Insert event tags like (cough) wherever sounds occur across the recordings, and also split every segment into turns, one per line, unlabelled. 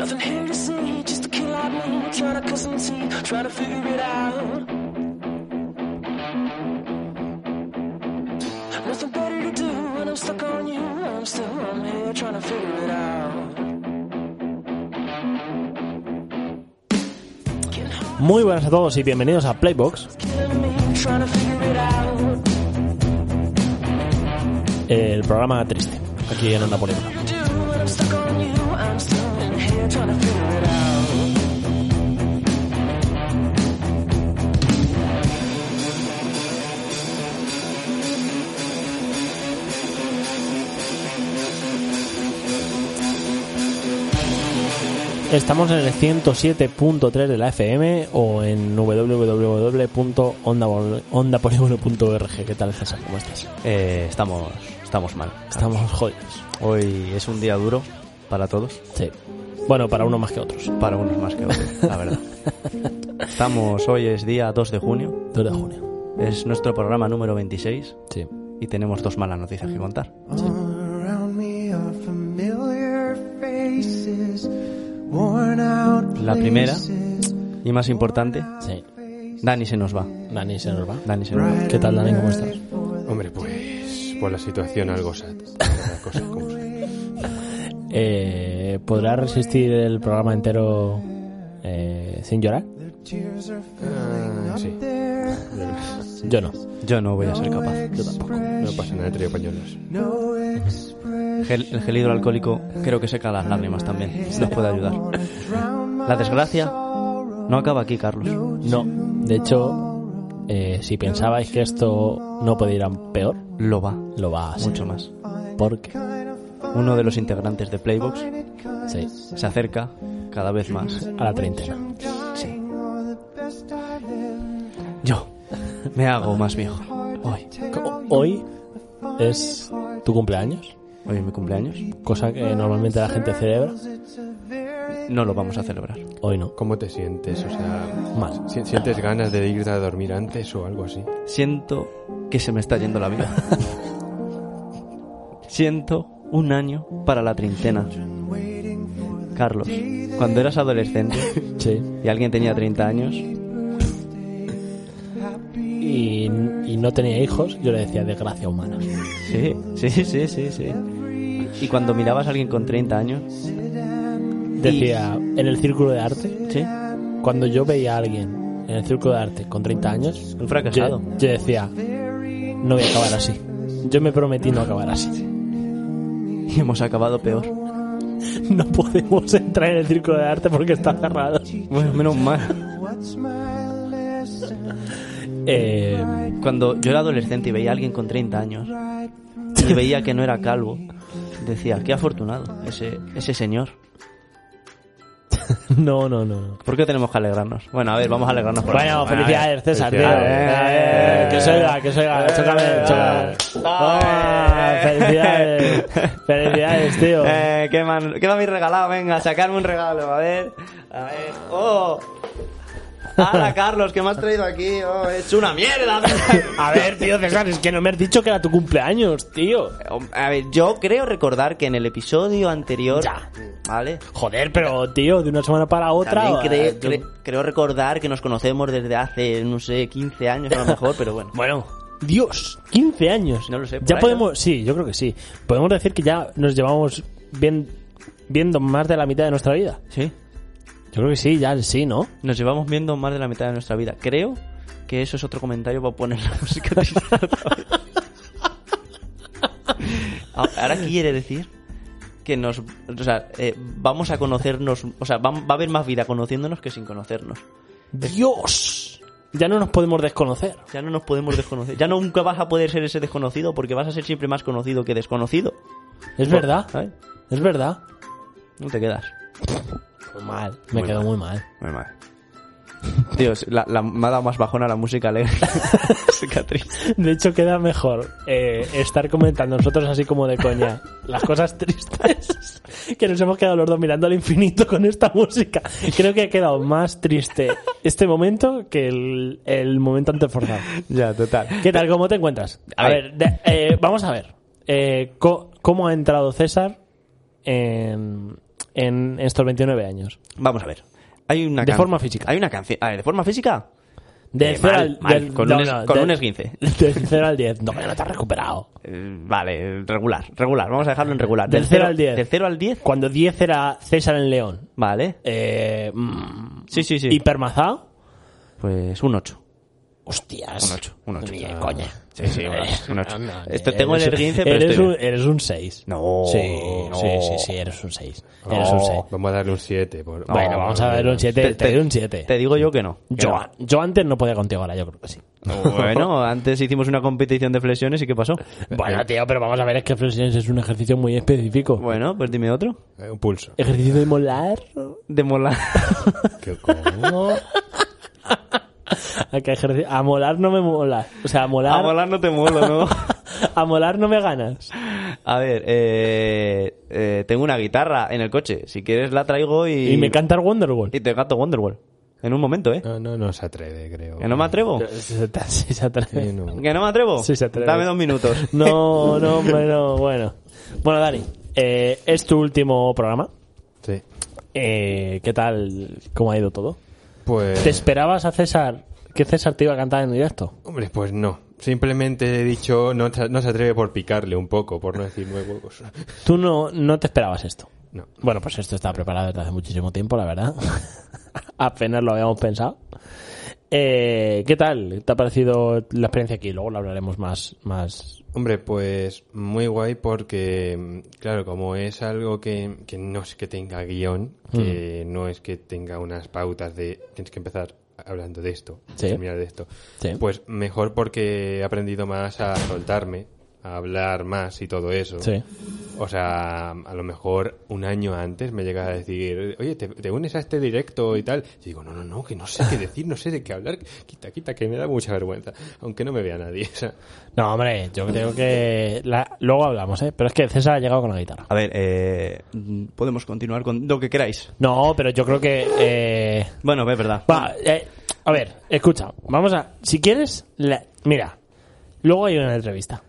Nothing here to see, just a kid like me trying to cut some teeth, trying to figure it out. Nothing better to do, and I'm stuck on you. I'm still I'm here trying to figure it out.
Muy buenas a todos y bienvenidos a Playbox.
Killing me, trying to figure it out.
el programa triste, aquí en Onda Política.
To do, and I'm stuck on you. I'm still in here trying to figure it out.
Estamos en el 107.3 de la FM o en www.ondapoligono.org. ¿Qué tal, César? ¿Cómo estás?
Eh, estamos, estamos mal.
Estamos jodidos.
Hoy es un día duro para todos,
Sí. Bueno, para unos más que otros.
para unos más que otros, la verdad. (laughs) Estamos, hoy es día 2 de junio,
2 de junio.
es nuestro programa número 26
Sí.
y tenemos dos malas noticias que contar.
All around me are familiar faces, worn out
La primera
places,
y más importante,
Sí.
Dani se nos va.
Dani se nos va.
Dani se nos va.
¿Qué tal, Dani? ¿Cómo estás?
Hombre, pues, pues la situación algo sad. Las cosas como son.
Eh, ¿Podrá resistir el programa entero eh, sin llorar?
tears are
Ah, sí.
Yo no.
Yo no voy a ser capaz.
Yo tampoco.
No pasa nada entre españoles.
no express.
Gel- el gel hidroalcohólico creo que seca las lágrimas también, nos puede ayudar. La desgracia no acaba aquí, Carlos.
No. De hecho, eh, si pensabais que esto no podía ir a peor,
Lo va,
lo va a ser.
mucho más.
Porque,
Uno de los integrantes de Playbox
sí,
se acerca cada vez más
a la treintena.
Yo me hago más viejo. Hoy.
Co- Hoy es tu cumpleaños,
Hoy es mi cumpleaños.
cosa que normalmente la gente celebra.
No lo vamos a celebrar.
Hoy no.
¿Cómo te sientes? O sea,
Mal.
¿si- ¿sientes ganas de irte a dormir antes o algo así?
Siento que se me está yendo la vida. (laughs) Siento un año para la treintena. Carlos, cuando eras adolescente
Sí.
y alguien tenía 30 años,
Y, y no tenía hijos, yo le decía desgracia humana.
sí, sí, sí, sí, sí. Y cuando mirabas a alguien con 30 años,
Decía, en el círculo de arte,
sí,
cuando yo veía a alguien en el círculo de arte con 30 años,
un fracasado.
Yo, yo decía, no voy a acabar así. Yo me prometí no acabar así.
Y hemos acabado peor.
(laughs) No podemos entrar en el círculo de arte porque está cerrado.
Bueno, menos mal.
Eh,
Cuando yo era adolescente y veía a alguien con 30 años y veía que no era calvo, decía, qué afortunado ese, ese señor.
no, no, no. no.
¿Por qué tenemos que alegrarnos? Bueno, a ver, vamos a alegrarnos. Por
Bueno, felicidades, César. tío.
felicidades.
Eh, que se oiga, que se oiga.
Eh.
Chócame, chócame.
Ah,
Eh,
(laughs)
Felicidades. Felicidades, tío.
Eh, ¿qué, man- ¿Qué me habéis regalado? Venga, sacarme un regalo. A ver. A ver. ¡Oh! ¡Hala, Carlos! ¿Qué me has traído aquí? ¡Oh, es una mierda!
A ver, tío, César, es que no me has dicho que era tu cumpleaños, tío.
A ver, yo creo recordar que en el episodio anterior.
Ya.
¿Vale?
Joder, pero, tío, de una semana para otra.
También
eh,
creo,
tú-
cre- creo recordar que nos conocemos desde hace, no sé, 15 años a lo mejor, pero bueno.
Bueno, Dios, 15 años.
No lo sé, por
Ya
ahí,
podemos, sí, yo creo que sí. Podemos decir que ya nos llevamos bien, viendo más de la mitad de nuestra vida.
(laughs) Sí.
Yo creo que sí, ya sí, ¿no?
Nos llevamos viendo más de la mitad de nuestra vida. Creo que eso es otro comentario para poner la música triste. (laughs) Ah, Ahora quiere decir que nos. O sea, eh, vamos a conocernos. O sea, va, va a haber más vida conociéndonos que sin conocernos.
Dios, ya no nos podemos desconocer.
Ya no nos podemos desconocer. Ya nunca vas a poder ser ese desconocido porque vas a ser siempre más conocido que desconocido.
Es verdad,
¿Sabes?
es verdad.
No te quedas.
Mal, me quedo muy mal.
Muy mal. Dios, la, la, me ha dado más bajona la música (laughs) alegre. música triste.
De hecho, queda mejor eh, estar comentando nosotros así como de coña las cosas tristes (laughs) que nos hemos quedado los dos mirando al infinito con esta música. Creo que ha quedado más triste este momento que el, el momento antes forzado.
Ya, total.
¿Qué tal? ¿Cómo te encuentras?
A
A ver, de-
ver.
eh, vamos a ver. Eh, co- ¿Cómo ha entrado César en, en estos 29 años?
Vamos a ver. Hay una
De
can-
forma física.
Hay una canción. ¿De forma física?
Del
Eh,
cero
mal,
al-
mal,
del-
con un es- con un esguince.
Del 0 al 10. No, que no te has recuperado.
Eh, vale, regular, regular. Vamos a dejarlo en regular.
Del cero al diez.
Del 0 al 10.
Cuando 10 era César en León.
Vale.
Eh, mm,
Sí, sí, sí.
Hipermazao.
Pues un 8.
Hostias.
Un ocho, un ocho.
Ni de coña.
Sí, sí, un ocho, un ocho.
Anda,
Esto- tengo el
eres-
esguince, pero
eres
estoy
un,
bien.
eres un 6.
No,
Sí,
no.
sí, sí, sí, eres un 6.
No,
Eres un 6.
Vamos a darle un 7. Por...
Bueno, vamos a ver un 7. Te, doy un 7.
Te digo yo que no. Que
Yo,
no.
a- yo antes no podía contigo, ahora yo creo que sí.
Bueno, antes hicimos una competición de flexiones y ¿qué pasó?
Bueno, tío, pero vamos a ver, es que flexiones es un ejercicio muy específico.
Bueno, pues dime otro.
Eh, Un pulso.
Ejercicio de molar. (laughs)
De mola.
¿Qué- cómo?
¿A, qué ejerci- a molar no me mola. O sea, a molar,
(laughs) A molar no te molo, (laughs) ¿no?
(laughs) a molar no me ganas.
A ver, eh, eh, tengo una guitarra en el coche. Si quieres la traigo y...
Y, me canta el Wonderwall.
Y te canto Wonderwall. En un momento, ¿eh?
No, no, no se atreve, creo.
¿Que no me atrevo?
Sí, (laughs) se atreve.
Sí, no.
¿Que no me atrevo?
Sí, se atreve.
Dame dos minutos.
(laughs) No, no, hombre, no, bueno. Bueno, Dani, eh, es tu último programa.
Sí.
Eh, ¿Qué tal? ¿Cómo ha ido todo?
Pues.
¿Te esperabas a César que César te iba a cantar en directo?
Hombre, pues no. Simplemente he dicho, no, tra- no se atreve por picarle un poco, por no decir nueve huevos.
Tú no, no te esperabas esto.
No.
Bueno, pues esto está preparado desde hace muchísimo tiempo, la verdad. (laughs) Apenas lo habíamos pensado. Eh, ¿Qué tal? ¿Te ha parecido la experiencia aquí? Luego lo hablaremos más. más...
Hombre, pues muy guay porque, mm, claro, como es algo que, que no es que tenga guión, que
Mm.
no es que tenga unas pautas de tienes que empezar hablando de esto,
Sí.
terminar de esto,
Sí.
pues mejor porque he aprendido más a soltarme, a hablar más y todo eso.
Sí.
O sea, a lo mejor un año antes me llega a decir, oye, te, te unes a este directo y tal. Y digo, no, no, no, que no sé qué decir, no sé de qué hablar. Quita, quita, que me da mucha vergüenza, aunque no me vea nadie. (laughs) o sea.
No, hombre, yo creo que. la- Luego hablamos, ¿eh? Pero es que César ha llegado con la guitarra.
A ver, eh, mm, podemos continuar con lo que queráis.
No, pero yo creo que. eh,
Bueno, es verdad.
Va, eh, a ver, escucha, vamos a. Si quieres, la- mira, luego hay una entrevista.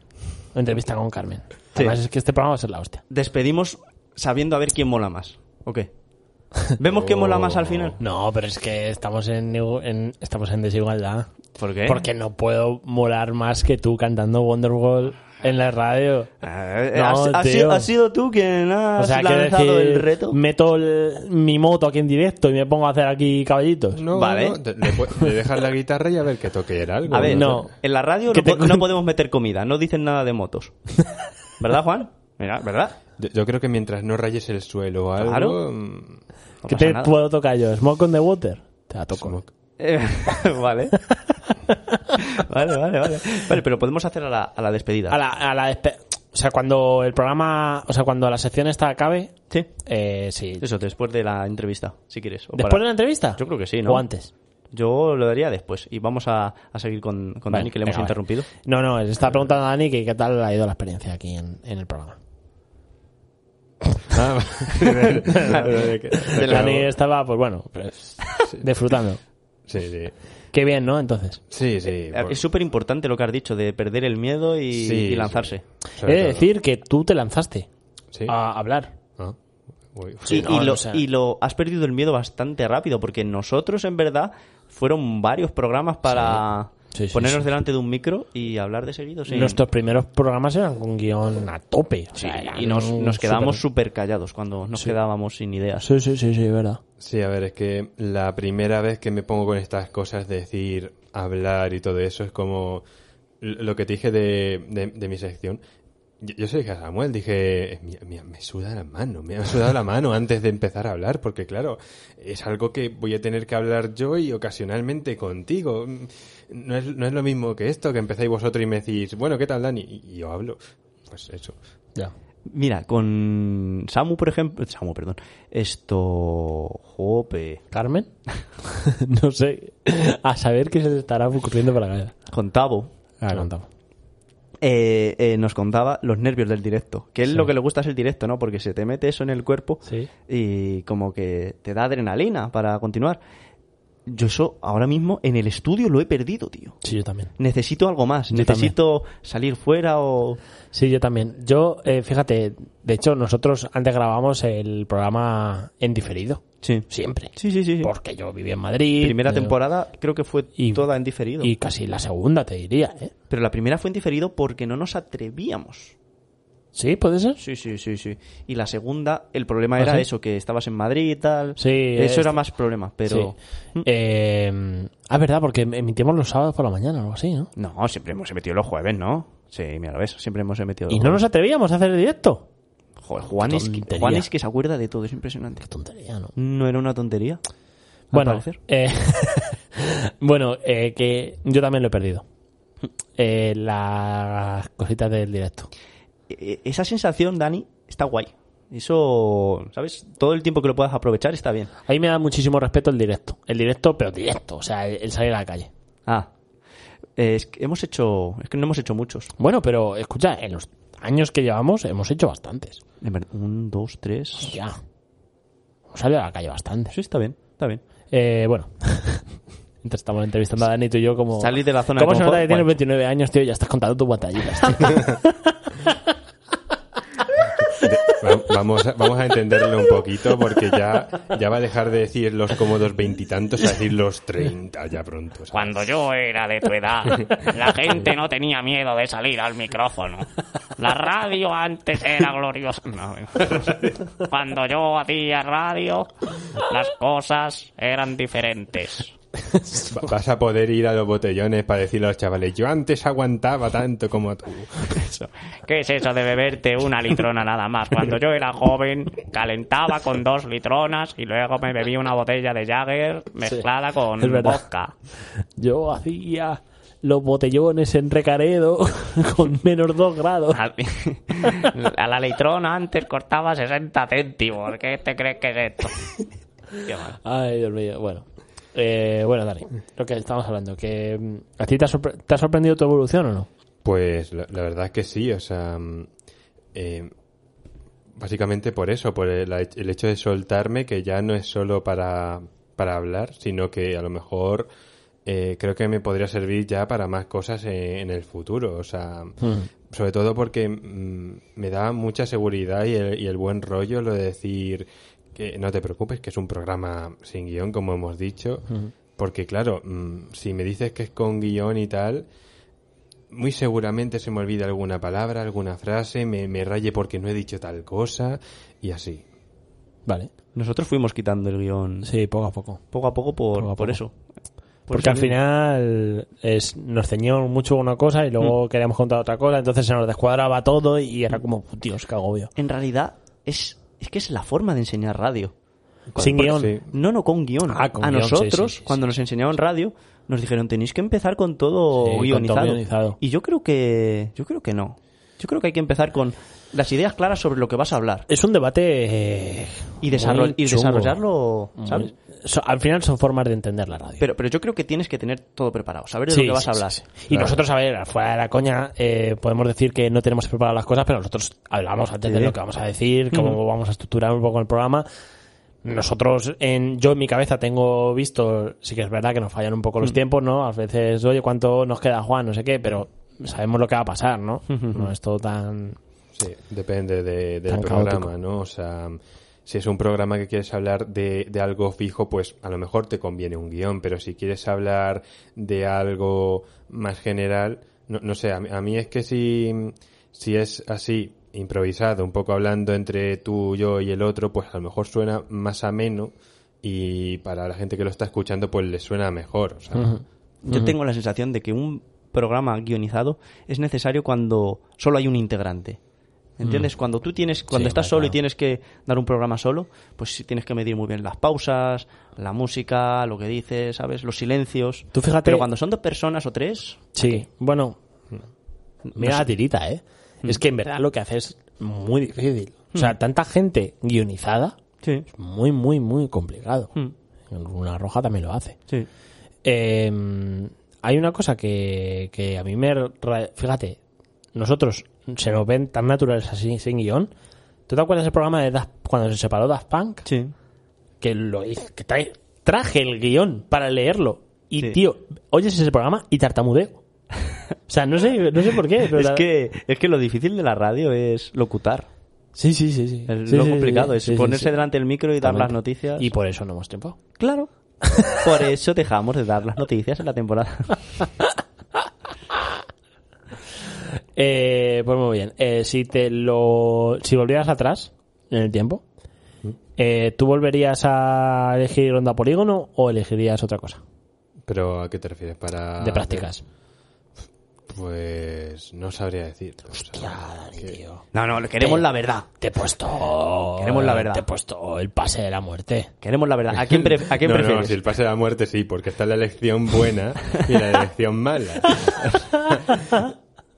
Una entrevista con Carmen. Además, es que este programa va a ser la hostia.
Despedimos sabiendo a ver quién mola más. ¿O qué? ¿Vemos quién mola más al final?
No, pero es que estamos en, niu- en- estamos en desigualdad.
¿Por qué?
Porque no puedo molar más que tú cantando Wonderwall en la radio.
Eh,
No,
has, has
tío.
sido, has sido tú quien has
O sea, que
lanzado
decir,
el reto.
meto el- mi moto aquí en directo y me pongo a hacer aquí caballitos.
No,
Vale.
no, te- le, pu- le dejas la guitarra y a ver que toque él algo.
A ver,
no.
en la radio
Que
no, po-
te-
no podemos meter comida, no dicen nada de motos. ¿Verdad, Juan? Mira, ¿verdad?
Yo, yo creo que mientras no rayes el suelo o algo...
Claro.
mm,
No
¿Qué
pasa
te
nada.
puedo tocar yo? ¿Smoke on the Water? Te la toco.
como-
(laughs) Eh, vale. vale, vale, vale. Vale, pero podemos hacer a la, a la despedida.
A la, a la despe- o sea, cuando el programa, o sea, cuando la sección esta acabe,
Sí.
eh, sí.
Eso, después de la entrevista, si quieres. o
¿Después
para-
de la entrevista?
Yo creo que sí, ¿no?
O antes.
Yo lo daría después. Y vamos a, a seguir con, con Dani,
Vale,
que le hemos
venga,
interrumpido.
vale. No, no, le estaba preguntando a Dani que qué tal ha ido la experiencia aquí en, en el programa.
Ah, (laughs) vale.
De la-
Dani estaba, pues bueno, pues, (laughs) disfrutando.
sí, sí.
Qué bien, ¿no? Entonces.
Sí, sí. por-
Eh, Es súper importante lo que has dicho, de perder el miedo y,
sí,
y lanzarse.
sí.
He
Sobre
de
eh,
todo.
decir que tú te lanzaste
Sí.
a hablar.
Ah, uy, uy.
Y,
no,
y lo,
o sea-
y lo- has perdido el miedo bastante rápido, porque nosotros, en verdad, fueron varios programas para
Sí, sí,
ponernos
sí.
delante de un micro y hablar de seguido. sí.
Nuestros primeros programas eran con guión a tope. o
Sí,
sea, eran
y nos, nos quedamos
súper-
súper callados cuando nos quedábamos sin ideas.
Sí, sí, sí, sí, verdad.
Sí, a ver, es que la primera vez que me pongo con estas cosas, de decir, hablar y todo eso, es como l- lo que te dije de, de, de mi sección. Yo, yo se lo dije a Samuel, dije, "Mira, mira, me suda la mano, me ha sudado la mano antes de empezar a hablar, porque claro, es algo que voy a tener que hablar yo y ocasionalmente contigo. No es, no es lo mismo que esto, que empezáis vosotros y me decís, bueno, ¿qué tal, Dani? Y y yo hablo. Pues eso.
Ya.
Mira, con Samu, por ejemplo. Samu, perdón. Esto. Jope.
¿Carmen? (laughs) no sé. A saber qué se le estará ocurriendo para la
Con Tavo.
Ah, contamos.
eh, eh, nos contaba los nervios del directo. Que es lo que le gusta es el directo, ¿no? Porque se te mete eso en el cuerpo
Sí.
y como que te da adrenalina para continuar. yo eso ahora mismo en el estudio lo he perdido, tío.
Sí, yo también.
Necesito algo más,
Yo
necesito salir fuera o...
Sí, yo también. Yo, eh, fíjate, de hecho, nosotros antes grabamos el programa en diferido.
Sí,
Siempre.
sí, sí. sí.
Porque yo vivía en Madrid.
Primera
pero-
temporada creo que fue
Y-
toda en diferido.
Y casi la segunda, te diría, ¿eh?
Pero la primera fue en diferido porque no nos atrevíamos.
¿Sí? ¿Puede ser?
Sí, sí, sí, sí. Y la segunda, el problema
¿Ah,
era
sí?
eso, que estabas en Madrid y tal.
Sí,
Eso
eh,
era más problema, pero... Mm.
Sí. Eh, ah, es verdad, porque emitimos los sábados por la mañana o algo así, ¿no?
No, siempre hemos emitido los jueves, ¿no? Sí, mira, lo ves, siempre hemos emitido los
Y no nos
jueves.
atrevíamos a hacer el directo.
Joder, Juan,
Qué
es que,
tontería.
Juan es que se acuerda de todo, es impresionante.
Qué tontería, ¿no?
No era una tontería. al
Bueno,
parecer.
eh, (laughs) bueno eh, que yo también lo he perdido. Eh, las cositas del directo.
E- esa sensación, Dani, está guay. Eso, ¿sabes? Todo el tiempo que lo puedas aprovechar está bien.
A mí me da muchísimo respeto el directo. El directo, pero directo. O sea, el, el salir a la calle.
Ah, eh, es que hemos hecho, es que no hemos hecho muchos.
Bueno, pero escucha, en los años que llevamos hemos hecho bastantes.
En verdad, un, dos, tres.
Ya. Hemos salido a la calle bastante.
Sí, está bien, está bien.
Eh, bueno. (laughs) Entonces estamos entrevistando a Dani tú y yo como...
Salir de la zona de
¿Cómo se nota
confort?
que tienes
Bueno.
29 años, tío? y Ya estás contando tus batallitas,
(laughs)
tío.
Va- Vamos a, vamos a entenderlo un poquito porque ya, ya va a dejar de decir los cómodos veintitantos a decir los treinta ya pronto. ¿sabes?
Cuando yo era de tu edad, la gente no tenía miedo de salir al micrófono. La radio antes era gloriosa. No, no. Cuando yo hacía radio, las cosas eran diferentes.
Va- Vas a poder ir a los botellones para decirle a los chavales, yo antes aguantaba tanto como tú.
¿Qué es eso de beberte una litrona nada más? Cuando yo era joven, calentaba con dos litronas y luego me bebí una botella de Jagger mezclada
es
con
verdad.
vodka.
Yo hacía los botellones en Recaredo (laughs) con menos 2 grados.
Ah.
A, (laughs) a la litrona antes cortaba 60 céntimos. ¿Qué te crees que es esto? Qué mal.
Ay, Dios mío. Bueno, Eh, bueno Dani, lo que estamos hablando. que mm, ¿A ti te ha, sorpre- te ha sorprendido tu evolución o no?
Pues la, la verdad es que sí, o sea, mm, eh, básicamente por eso, por el, el hecho de soltarme, que ya no es solo para, para hablar, sino que a lo mejor eh, creo que me podría servir ya para más cosas en, en el futuro, o sea, sobre todo porque mm, me da mucha seguridad y el, y el buen rollo lo de decir que no te preocupes, que es un programa sin guión, como hemos dicho. Porque claro, mm, si me dices que es con guión y tal, muy seguramente se me olvida alguna palabra, alguna frase, me, me raye porque no he dicho tal cosa y así.
Vale.
Nosotros fuimos quitando el guión
Sí, poco a poco.
poco a poco por,
Poco a
por
poco.
eso. Por
Porque
eso
al
que-
final es, nos ceñó mucho una cosa y luego
Mm.
queríamos contar otra cosa, entonces se nos descuadraba todo y era como, Dios, qué agobio.
En realidad, es, es que es la forma de enseñar radio.
Sin guión.
Sí.
No, no, con guión.
Ah, con
a
guión, sí,
nosotros,
sí, sí,
cuando nos enseñaron radio, nos dijeron tenéis que empezar con todo
Sí, con todo
guionizado.
guionizado.
Y yo creo que yo creo que no. Yo creo que hay que empezar con las ideas claras sobre lo que vas a hablar
Es un debate... eh,
y, desarroll-
muy
y
chungo.
desarrollarlo, ¿sabes?
Muy- so- al final son formas de entender la radio.
Pero, pero yo creo que tienes que tener todo preparado, saber de
Sí,
lo que vas
sí,
a hablar.
sí, sí. Y nosotros, a ver, fuera de la coña, eh, podemos decir que no tenemos preparadas las cosas, pero nosotros hablamos antes de
Sí.
lo que vamos a decir, cómo vamos a estructurar un poco el programa. Nosotros, en, yo en mi cabeza tengo visto, sí que es verdad que nos fallan un poco los tiempos, ¿no? A veces, oye, ¿cuánto nos queda Juan? No sé qué, pero sabemos lo que va a pasar, ¿no? No es todo tan...
Sí, depende de- del
Tan
programa,
caótico.
¿no? O sea, si es un programa que quieres hablar de, de algo fijo, pues a lo mejor te conviene un guión, pero si quieres hablar de algo más general, no, no sé, a, mí- a mí es que si, si es así, improvisado, un poco hablando entre tú, yo y el otro, pues a lo mejor suena más ameno y para la gente que lo está escuchando, pues le suena mejor. O sea,
Yo tengo la sensación de que un programa guionizado es necesario cuando solo hay un integrante. ¿Entiendes? Cuando tú tienes, cuando
Mm. Sí,
estás
claro,
solo y
claro.
tienes que dar un programa solo, pues sí tienes que medir muy bien las pausas, la música, lo que dices, ¿sabes? Los silencios.
Tú fíjate-
Pero cuando son dos personas o tres,
Sí, bueno, mira
no sé.
la tirita, ¿eh? Es que en verdad lo que hace es muy difícil. O sea, tanta gente guionizada...
Sí,
muy, muy, muy complicado.
Mm.
Una roja también lo hace.
sí.
Eh, hay una cosa que, que a mí me... ra- Fíjate, nosotros se nos ven tan naturales así, sin guión. ¿Tú te acuerdas del programa de Daft- cuando se separó Daft Punk?
Sí.
Que lo hizo- que trae- traje el guión para leerlo. Y,
Sí.
tío, oyes ese programa y tartamudeo. O sea, no sé, no sé por qué. Pero
Es
la-
que, es que lo difícil de la radio es locutar.
Sí, sí, sí. sí.
Es
Sí,
lo
sí, sí,
complicado,
sí,
es
sí, sí,
ponerse
sí.
delante del micro y dar las
Exactamente.
noticias.
Y por eso no hemos triunfado.
claro. Por eso dejamos de dar las noticias en
(laughs)
la temporada.
Eh, pues muy bien. Eh, si te lo. Si volvieras atrás en el tiempo,
Mm.
eh, ¿tú volverías a elegir onda polígono o elegirías otra cosa?
Pero ¿a qué te refieres? Para
Ah,
de prácticas.
Pues no sabría decir. tío.
No, no, queremos
Te-
la verdad.
Te he puesto.
Queremos la verdad.
Te he puesto el pase de la muerte.
Queremos la verdad. ¿A (laughs) quién, pre- a quién
no, no,
prefieres?
si el pase de la muerte sí, porque está la elección buena y la elección mala.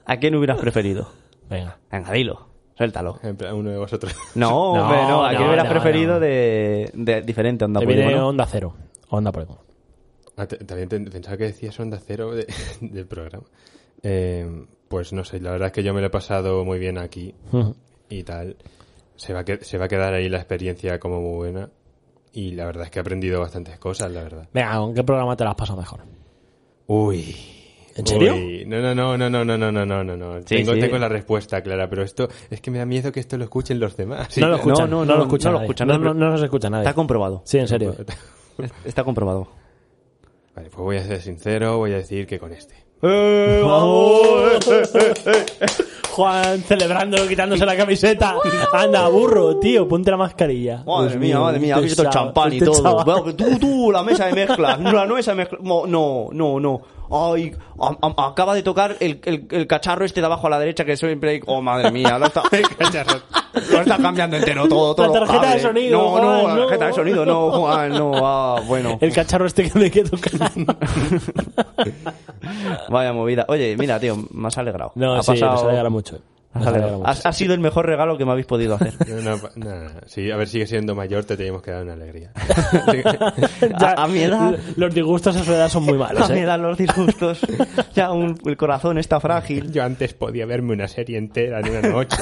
¿A quién hubieras preferido?
Venga.
Venga, dilo. Suéltalo.
En plan, uno de vosotros.
No,
No,
hombre, no. ¿A quién
no,
hubieras
no,
preferido
no.
De, de diferente onda
Te viene
polígono?
onda cero. Onda polígono.
Ah, te- también te- pensaba que decías onda cero de- del programa. Eh, pues no sé, la verdad es que yo me lo he pasado muy bien aquí
Mm.
Ujú.
y tal. Se va, a que- se va a quedar ahí la experiencia como muy buena. Y la verdad es que he aprendido bastantes cosas, la verdad.
Venga, ¿con qué programa te las pasado mejor?
Uy.
¿En serio?
Uy. No, no, no, no, no, no, no, no, no, no, no.
Sí,
tengo,
sí.
tengo la respuesta clara, pero esto es que me da miedo que esto lo escuchen los demás. Sí,
no lo
claro.
escuchan.
no,
No,
no,
lo escucha
no lo
nadie.
escucha
No,
nadie.
no, no nos escucha nadie.
Está comprobado.
Sí, en serio.
Está comprobado.
Vale, pues voy a ser sincero, voy a decir que con este.
Eh.
Juan celebrándolo, quitándose la camiseta. Anda, burro, tío, ponte la mascarilla.
Madre
Dios
mía, madre mía, ha
este
visto el
chaval,
champán y
este
todo.
chaval.
Veo que tú, tú, la mesa de mezclas, la mesa de mezclas. No, no, no. no. Ay, a- a- acaba de tocar el, el- el cacharro este de abajo a la derecha que siempre hay. Oh, madre mía, lo (laughs) está, lo está cambiando entero todo. todo
La tarjeta
los cables.
de sonido,
No, no,
Juan,
la tarjeta
no.
de sonido, no, Juan, (laughs) no. Ah, bueno,
El cacharro este que me hay que tocar.
(laughs) vaya movida. Oye, mira, tío, me has alegrado.
No,
ha
sí,
pasado.
nos alegra mucho. eh.
Has
Nos alegra
alegrado.
mucho.
Has- has sido el mejor regalo que me habéis podido hacer.
No, no, pa- nada. Sí, a ver, sigue siendo mayor, te teníamos que dar
(laughs)
una alegría.
Ya,
a- a mi edad-
Los disgustos a su edad
(laughs)
son muy malos,
me
¿eh?
dan los disgustos. (laughs) Ya un- el corazón está frágil.
Yo antes podía verme una serie entera en una noche.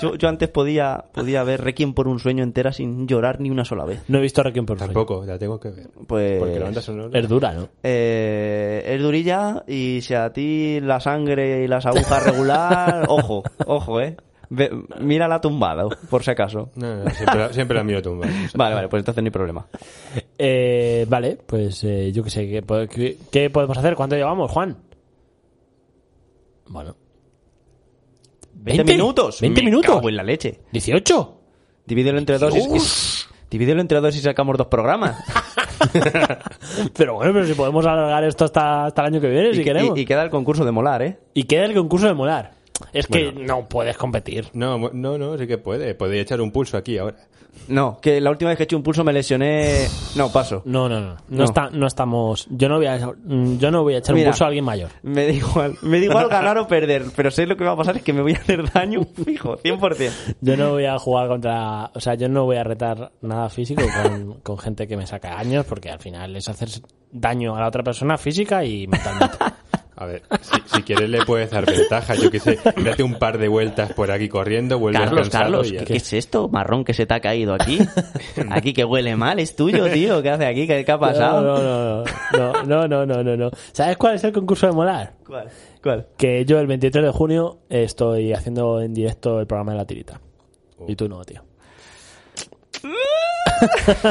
Yo, yo antes podía, podía ver Requiem por un sueño entera sin llorar ni una sola vez.
No he visto a Requiem por un sueño.
Tampoco, la tengo que ver.
Pues-
Porque la banda sonora...
Es dura, ¿no?
Eh, es durilla y si a ti la sangre y las agujas regular, ojo, ojo, eh. Ve- mírala tumbado, por si acaso.
No, no, siempre, la- siempre la miro tumba.
Vale, vale, pues entonces no hay problema.
Eh, vale, pues eh, yo qué sé. ¿qué, po- qué, qué podemos hacer? ¿Cuánto llevamos, Juan? Bueno.
¿20 minutos?
20
Me
minutos.
cago en la leche.
18.
Divídelo entre dos y... Divídelo entre dos y sacamos dos (laughs) programas.
Pero bueno, pero si podemos alargar esto hasta, hasta el año que viene, si
y,
queremos.
y- y queda el concurso de molar, ¿eh?
Y queda el concurso de molar. Es que no puedes competir.
No, mu- no, no, sí que puede. Podría echar un pulso aquí ahora.
No, que la última vez que eché un pulso me lesioné... No, paso.
No, no, no. No,
No.
está- no estamos. Yo no voy a, mm, yo no voy a echar
Mira.
un pulso a alguien mayor.
Me da igual, me da igual ganar o perder, pero sé lo que va a pasar es que me voy a hacer daño fijo, 100%.
(laughs) Yo no voy a jugar contra. O sea, yo no voy a retar nada físico (laughs) con, con gente que me saca años, porque al final es hacer daño a la otra persona física y (laughs) mentalmente.
A ver, si, si quieres le puedes dar ventaja. Yo qué sé, date un par de vueltas por aquí corriendo, vuelves
Carlos,
cansado
Carlos,
y
¿qué,
ya.
qué es esto? Marrón que se te ha caído aquí. Aquí que huele mal, es tuyo, tío. ¿Qué hace aquí? ¿Qué, qué ha
No,
pasado?
no, no, no, no, no, no, no, no. ¿Sabes cuál es el concurso de molar?
¿Cuál? ¿Cuál?
Que yo el 23 de junio estoy haciendo en directo el programa de la tirita.
Oh.
Y tú no,
(laughs)
tío. (laughs)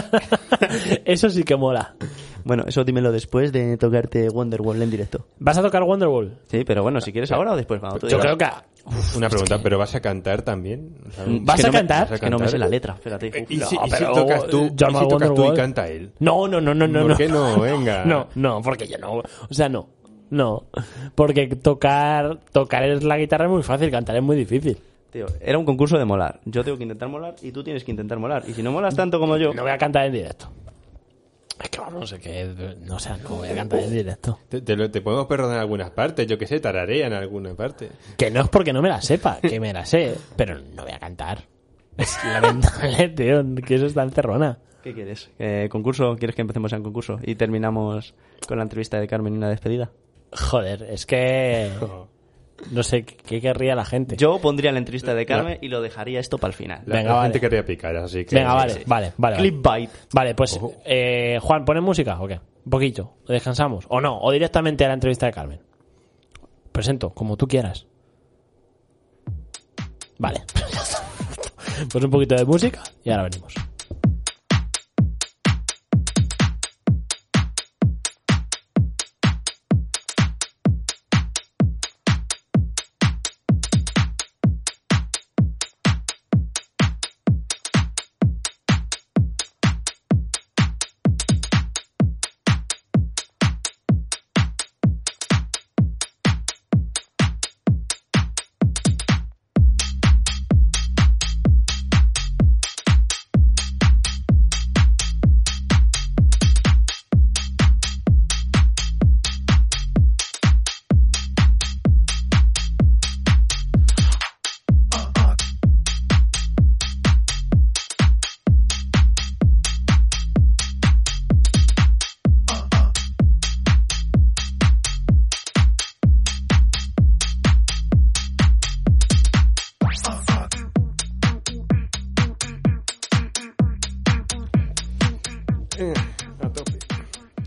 Eso sí que mola.
Bueno, eso dímelo después de tocarte Wonderwall en directo.
¿Vas a tocar Wonderwall?
Sí, pero bueno, si quieres ahora o después, cuando tú
Yo
digas.
creo que...
Una pregunta, ¿pero vas a cantar también? O sea,
¿Vas
Es que
a
no me-
cantar?
Es que no me sé la letra, espérate.
Eh, ¿Y si,
No,
y si
pero- oh,
tocas tú,
yo
y
no
si tocas tú y
Wonderwall.
canta él?
No, no, no, no, no.
¿Por
no. (laughs)
qué no? Venga.
No, no, porque yo no... O sea, no. No. Porque tocar, tocar es la guitarra es muy fácil, cantar es muy difícil.
Tío, era un concurso de molar. Yo tengo que intentar molar y tú tienes que intentar molar. Y si no molas tanto como yo...
No voy a cantar en directo. Es que vamos, no sé qué... No, o sea, no voy a cantar en directo.
Te, te lo- te podemos perdonar algunas partes, yo qué sé, tararea en alguna parte.
Que no es porque no me la sepa, que me la sé, pero no voy a cantar. Es lamentable, (laughs) tío, que eso está encerrona.
¿Qué quieres? Eh, ¿Concurso? ¿Quieres que empecemos en concurso? Y terminamos con la entrevista de Carmen y una despedida.
Joder, es que. No sé qué querría la gente.
Yo pondría la entrevista de Carmen y lo dejaría esto para el final.
La,
Venga,
la
vale.
gente querría picar, así que...
Venga,
(laughs)
vale, vale, vale. vale.
Clip bite.
Vale, pues eh, Juan, ¿pones música o qué? Un poquito. ¿O descansamos? ¿O no? ¿O directamente a la entrevista de Carmen? Presento, como tú quieras. Vale. (laughs) pues un poquito de música y ahora venimos.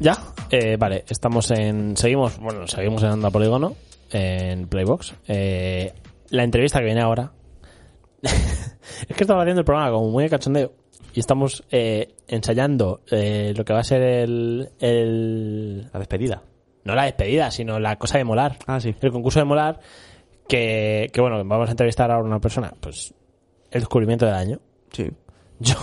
¿Ya? Eh, vale, estamos en. Seguimos, bueno, seguimos en Onda Polígono, en Playbox. Eh, la entrevista que viene ahora. (laughs) es que estamos haciendo el programa como muy de cachondeo. Y estamos eh, ensayando eh, lo que va a ser el, el.
La despedida.
No la despedida, sino la cosa de molar.
Ah, sí.
El concurso de molar. Que, que bueno, vamos a entrevistar ahora a una persona. Pues. El descubrimiento del año. (laughs)
Sí.
Yo,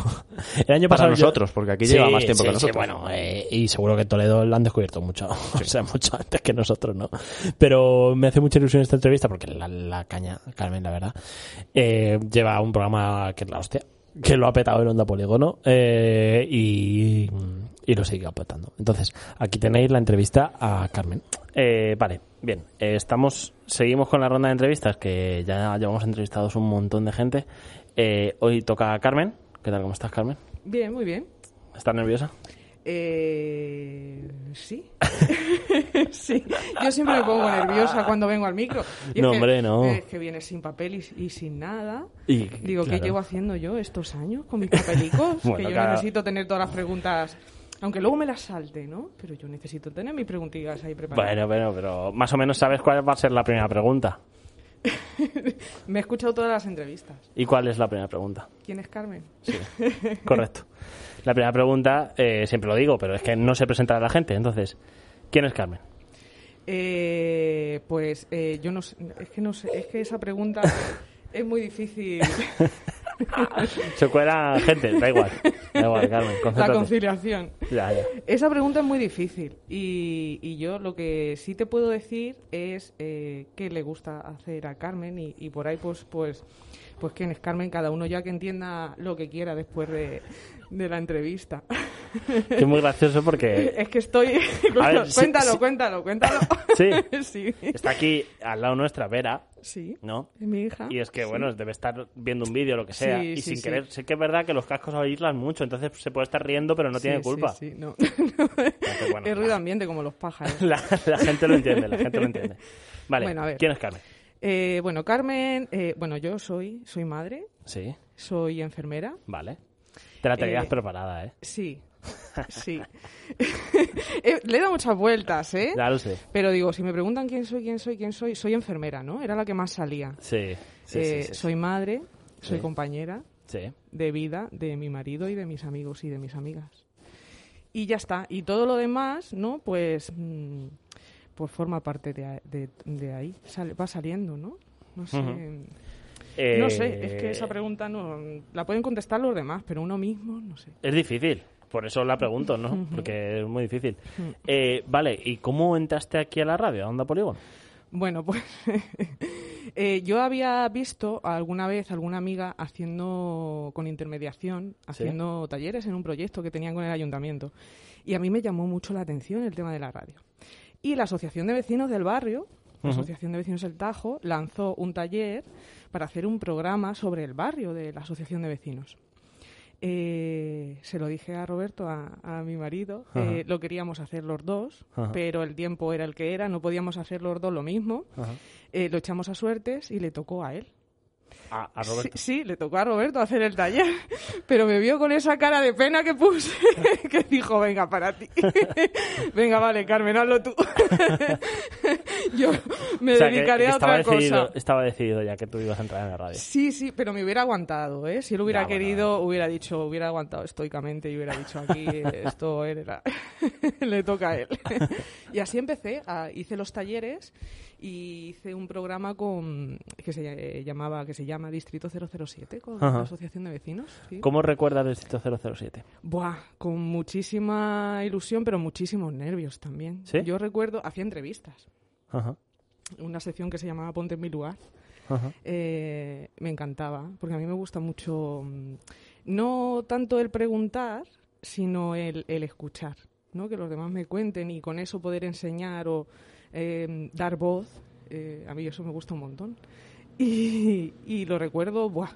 el año
Para
pasado yo-
nosotros, porque aquí lleva más tiempo que nosotros.
bueno, eh, y seguro que Toledo lo han descubierto mucho, (laughs) o sea, mucho antes que nosotros, ¿no? Pero me hace mucha ilusión esta entrevista porque la, la caña, Carmen, la verdad, eh, lleva un programa que es la hostia, que lo ha petado en Onda Polígono eh, y, y lo sigue petando. Entonces, aquí tenéis la entrevista a Carmen. Eh, vale, bien, eh, estamos, seguimos con la ronda de entrevistas que ya llevamos entrevistados un montón de gente. Eh, hoy toca a Carmen. ¿Qué tal? ¿Cómo estás, Carmen?
Bien, muy bien.
¿Estás nerviosa?
Eh, sí.
(laughs)
sí. Yo siempre me pongo nerviosa cuando vengo al micro. Y es
No,
que-
hombre, no.
Es que vienes sin papel y, y sin nada.
Y,
Digo,
claro.
¿qué llevo haciendo yo estos años con
(laughs)
mis papelicos?
Bueno,
que yo
claro.
necesito tener todas las preguntas, aunque luego me las salte, ¿no? Pero yo necesito tener mis preguntitas ahí preparadas.
Bueno, bueno, pero más o menos sabes cuál va a ser la primera pregunta.
Me he escuchado todas las entrevistas.
¿Y cuál es la primera
(laughs)
pregunta?
¿Quién es Carmen?
Correcto. La primera pregunta, eh, siempre lo digo, pero es que no se presenta a la gente. Entonces, ¿quién es Carmen?
Eh, pues eh, yo no sé, es que no sé, es que
(laughs)
esa pregunta es muy difícil
Se cuela gente, da igual. Da igual, Carmen,
la
concéntrate.
conciliación.
Ya, ya.
Esa pregunta es muy difícil y, y yo lo que sí te puedo decir es eh, qué le gusta hacer a Carmen y, y por ahí pues pues pues quién es Carmen, cada uno ya que entienda lo que quiera después de, de la entrevista.
Que (laughs) es muy gracioso porque
(laughs) es que estoy...
Eh, A ver,
claro,
sí,
cuéntalo,
sí.
cuéntalo, cuéntalo, (laughs)
Sí.
sí,
está aquí al lado nuestra Vera,
sí,
¿no?
es mi hija.
Y es que, bueno, debe estar viendo un vídeo o lo que sea.
Sí,
y
sí,
sin
sí.
querer, sé que es verdad que los cascos aíslan mucho, entonces se puede estar riendo, pero no
Sí,
tiene
sí,
culpa.
sí, no. (laughs)
Entonces, bueno,
es ruido ambiente como los
(laughs)
pájaros.
La, la gente lo entiende, la gente lo entiende. Vale,
Bueno, a ver.
¿quién es Carmen?
Eh, bueno, Carmen, eh, bueno, yo soy, soy madre,
Sí,
soy enfermera.
vale. Te la tenías
Eh,
preparada, ¿eh? (laughs)
Sí, sí. (laughs) Eh, Le he dado muchas vueltas, ¿eh?
Ya lo sé.
Pero digo, si me preguntan quién soy, quién soy, quién soy, soy enfermera, ¿no? Era la que más salía.
Sí, sí,
Eh,
sí, sí,
soy madre, soy
Sí.
compañera
sí.
de vida de mi marido y de mis amigos y de mis amigas. Y ya está. Y todo lo demás, ¿no? Pues, mm, pues forma parte de, a- de- de ahí. Sale- va saliendo, ¿no? No sé.
Eh,
No sé, es que esa pregunta no la pueden contestar los demás, pero uno mismo, no sé.
Es difícil, por eso la pregunto, ¿no? Porque es muy difícil. Eh, vale, ¿y cómo entraste aquí a la radio, a Onda Polígono?
Bueno, pues (laughs) eh, yo había visto alguna vez alguna amiga haciendo con intermediación, haciendo talleres en un proyecto que tenían con el ayuntamiento. Y a mí me llamó mucho la atención el tema de la radio. Y la Asociación de Vecinos del Barrio, la Asociación de Vecinos del Tajo, lanzó un taller para hacer un programa sobre el barrio de la Asociación de Vecinos. eh, se lo dije a Roberto, a, a mi marido, eh, lo queríamos hacer los dos,
Ajá.
pero el tiempo era el que era, no podíamos hacer los dos lo mismo, Eh, lo echamos a suertes y le tocó a él.
A, a Roberto.
Sí, sí, le tocó a Roberto hacer el taller, (laughs) pero me vio con esa cara de pena que puse, (laughs) que dijo, venga, para ti. (laughs) venga, vale, Carmen, hazlo tú. (laughs) Yo me
O sea, que-
dedicaré
que
a
estaba
otra
decidido,
cosa.
Estaba decidido ya que tú ibas a entrar en la radio.
Sí, sí, pero me hubiera aguantado, ¿eh? Si él hubiera querido, hubiera dicho, hubiera aguantado estoicamente y hubiera dicho
(laughs)
aquí, eh, esto era, (laughs) le toca a él. (laughs) y así empecé, a- hice los talleres y hice un programa con que se eh, llamaba, que se llama Distrito 007, con
Ajá.
la Asociación de Vecinos. sí.
¿Cómo recuerdas el sitio 007?
Buah, con muchísima ilusión, pero muchísimos nervios también.
¿Sí?
Yo recuerdo, hacía entrevistas,
Ajá.
una sección que se llamaba Ponte en mi lugar.
Ajá.
eh, me encantaba, porque a mí me gusta mucho, mm, no tanto el preguntar, sino el, el escuchar, ¿no? que los demás me cuenten y con eso poder enseñar o eh, dar voz, eh, a mí eso me gusta un montón. Y, y lo recuerdo, buah,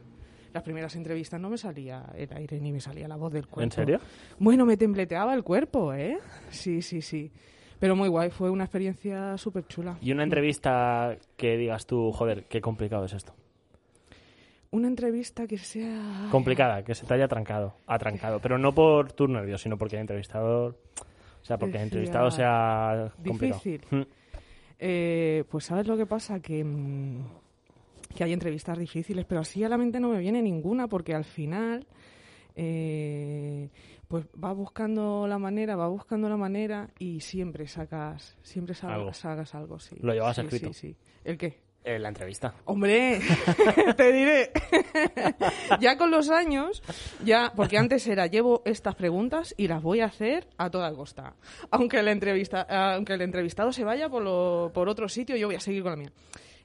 las primeras entrevistas no me salía el aire ni me salía la voz del cuerpo.
¿En serio?
Bueno, me tembleteaba el cuerpo, ¿eh? Sí, sí, sí. Pero muy guay, fue una experiencia súper chula.
Y una entrevista que digas tú, joder, qué complicado es esto.
Una entrevista que sea...
Complicada, que se te haya trancado, atrancado. Pero no por tus nervios, sino porque el entrevistador. O sea, porque el
Decía,
entrevistado sea complicado.
difícil.
Mm.
Eh, pues sabes lo que pasa, que, mm, que hay entrevistas difíciles, pero así a la mente no me viene ninguna porque al final eh, pues va buscando la manera, va buscando la manera y siempre sacas, siempre sal-
Algo.
sacas algo, sí.
Lo llevabas
Sí,
escrito.
Sí, sí. ¿El qué?
Eh, la entrevista.
Hombre, (laughs) te diré. (laughs) ya con los años, ya, porque antes era llevo estas preguntas y las voy a hacer a toda costa. Aunque el, entrevista, aunque el entrevistado se vaya por, lo- por otro sitio, yo voy a seguir con la mía.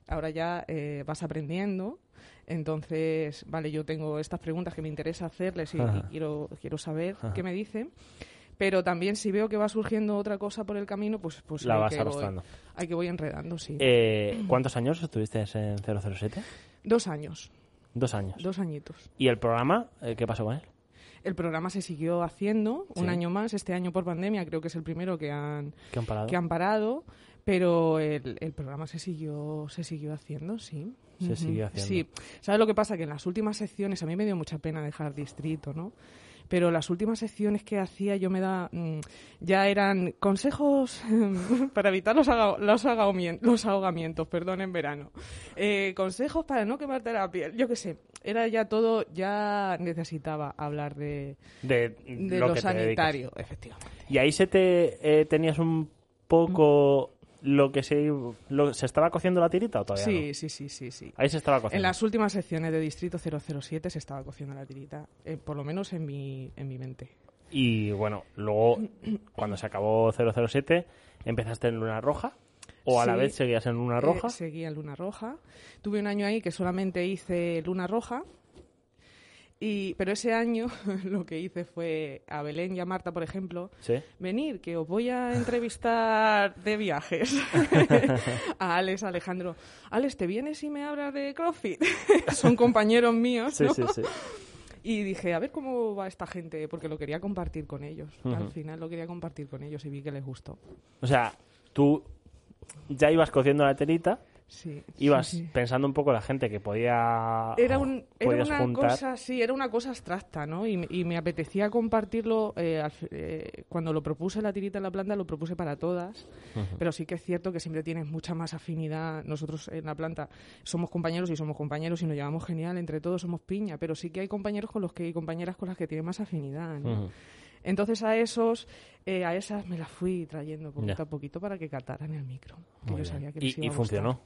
Ahora ya eh, vas aprendiendo. Entonces, vale, yo tengo estas preguntas que me interesa hacerles y, y
Ajá.
quiero, quiero saber qué me dicen. Pero también si veo que va surgiendo otra cosa por el camino, pues, pues
La
hay
vas
que voy-
arrastrando.
hay que voy enredando, sí.
Eh, ¿Cuántos años estuviste en 007?
Dos años,
Dos años.
dos añitos.
¿Y el programa? eh, ¿Qué pasó con él?
El programa se siguió haciendo un
Sí.
año más, este año por pandemia, creo que es el primero que han,
¿Qué han parado?
que han parado, pero el, el programa se siguió, se siguió haciendo, sí.
Se
Ujú.
siguió haciendo.
Sí, ¿sabes lo que pasa? Que en las últimas secciones, a mí me dio mucha pena dejar distrito, ¿no? Pero las últimas secciones que hacía yo me da. mm, ya eran consejos (laughs) para evitar los, aga- los, ahogami- los ahogamientos, perdón, en verano. Eh, consejos para no quemarte la piel. Yo qué sé, era ya todo, ya necesitaba hablar de,
De,
de
lo
lo,
que te dedicas.
sanitario, efectivamente.
Y ahí se te eh, tenías un poco lo que se lo- se estaba cociendo la tirita o todavía
Sí,
no?
sí, sí, sí, sí.
Ahí se estaba cociendo.
En las últimas secciones de Distrito 007 se estaba cociendo la tirita, eh, por lo menos en mi, en mi mente.
Y bueno, luego cuando se acabó 007, empezaste en Luna Roja o a la
Sí.
vez seguías en Luna
Eh,
Roja.
seguía en Luna Roja. Tuve un año ahí que solamente hice Luna Roja. Y, pero ese año (laughs) lo que hice fue a Belén y a Marta, por ejemplo,
Sí.
venir, que os
(laughs)
voy a entrevistar de viajes. a Alex, Alejandro. Alex, ¿te vienes y me hablas de CrossFit? (laughs) Son compañeros míos.
Sí,
¿no?
sí, sí.
Y dije, a ver cómo va esta gente, porque lo quería compartir con ellos. Al final lo quería compartir con ellos y vi que les gustó.
O sea, tú ya ibas cociendo la tirita,
Sí.
ibas
sí, sí.
pensando un poco la gente que podía
Era, un, era
Ah, podías
una
juntar.
cosa, sí, era una cosa abstracta, ¿no? Y, me- y me apetecía compartirlo. eh, al fi- eh, cuando lo propuse la tirita en la planta, lo propuse para todas. Pero sí que es cierto que siempre tienes mucha más afinidad. Nosotros en la planta somos compañeros y somos compañeros y nos llevamos genial. Entre todos somos piña. Pero sí que hay compañeros con los que y compañeras con las que tienes más afinidad, ¿no? Entonces a esos, eh, a esas me las fui trayendo poquito
Ya.
a poquito para que cataran el micro.
Muy
que yo
bien.
sabía que les
y,
iba
y
a gustar.
funcionó.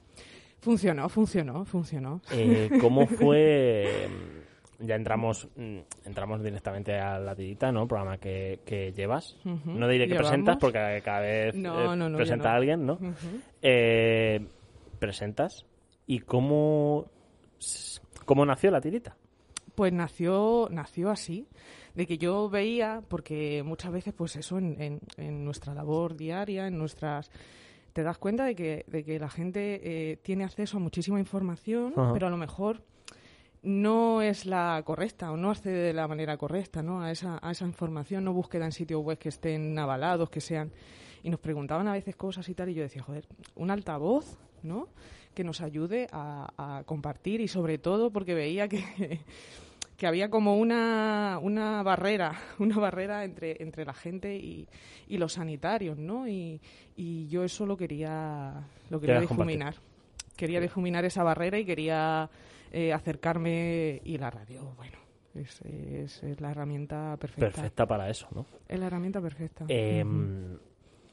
Funcionó, funcionó, funcionó.
Eh, ¿Cómo fue? mm, Ya entramos mm, entramos directamente a la tirita, ¿no? Programa que, que llevas.
Ujú.
No diré que
Llevamos.
presentas porque cada vez
No,
eh,
no, no,
presenta
yo no.
a alguien, ¿no?
Ujú.
Eh, presentas y cómo s- cómo nació la tirita.
Pues nació, nació así, de que yo veía, porque muchas veces, pues eso, en, en- en nuestra labor diaria, en nuestras... Te das cuenta de que, de que la gente eh, tiene acceso a muchísima información,
Ajá.
pero a lo mejor no es la correcta o no accede de la manera correcta ¿no? a, esa, a esa información, no búsqueda en sitios web que estén avalados, que sean... Y nos preguntaban a veces cosas y tal, y yo decía, joder, un altavoz, ¿no? Que nos ayude a, a compartir y sobre todo porque veía que, (laughs) que había como una, una barrera, (laughs) una barrera entre, entre la gente y, y los sanitarios, ¿no? Y, y yo eso lo quería, lo quería
Querías compartir.
difuminar. Quería difuminar esa barrera y quería eh, acercarme y la radio, bueno, es, es- es la herramienta perfecta.
Perfecta para eso, ¿no?
Es la herramienta perfecta.
Em,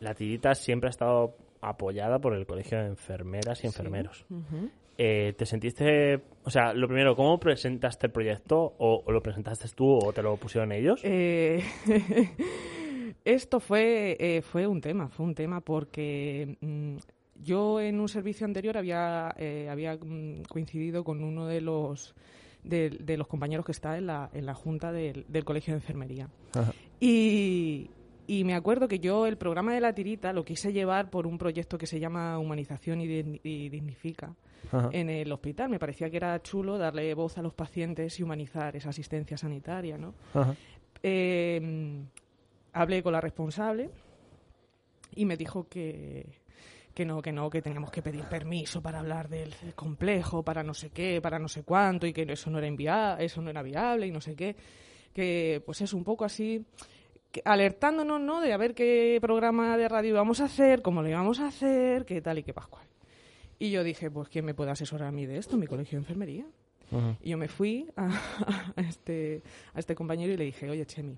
La tirita siempre ha estado apoyada por el colegio de enfermeras y enfermeros.
Ujú.
Eh, ¿Te sentiste, o sea, lo primero, cómo presentaste el proyecto? ¿O, o lo presentaste tú o te lo pusieron ellos?
Eh, (laughs) esto fue, eh, fue un tema, fue un tema porque mm, yo en un servicio anterior había, eh, había mm, coincidido con uno de los, de, de los compañeros que está en la, en la junta del, del Colegio de Enfermería. Y, y me acuerdo que yo el programa de la tirita lo quise llevar por un proyecto que se llama Humanización y, Digni- y Dignifica en el hospital. Me parecía que era chulo darle voz a los pacientes y humanizar esa asistencia sanitaria, ¿no? Eh, hablé con la responsable y me dijo que, que no, que no, que teníamos que pedir permiso para hablar del complejo, para no sé qué, para no sé cuánto, y que eso no era invia- eso no era viable y no sé qué. Que pues es un poco así que- alertándonos, ¿no? De a ver qué programa de radio íbamos a hacer, cómo lo íbamos a hacer, qué tal y qué pascual. Y yo dije, pues ¿quién me puede asesorar a mí de esto? Mi colegio de enfermería. Y yo me fui a, (laughs) a este, a este compañero y le dije, oye, Chemi,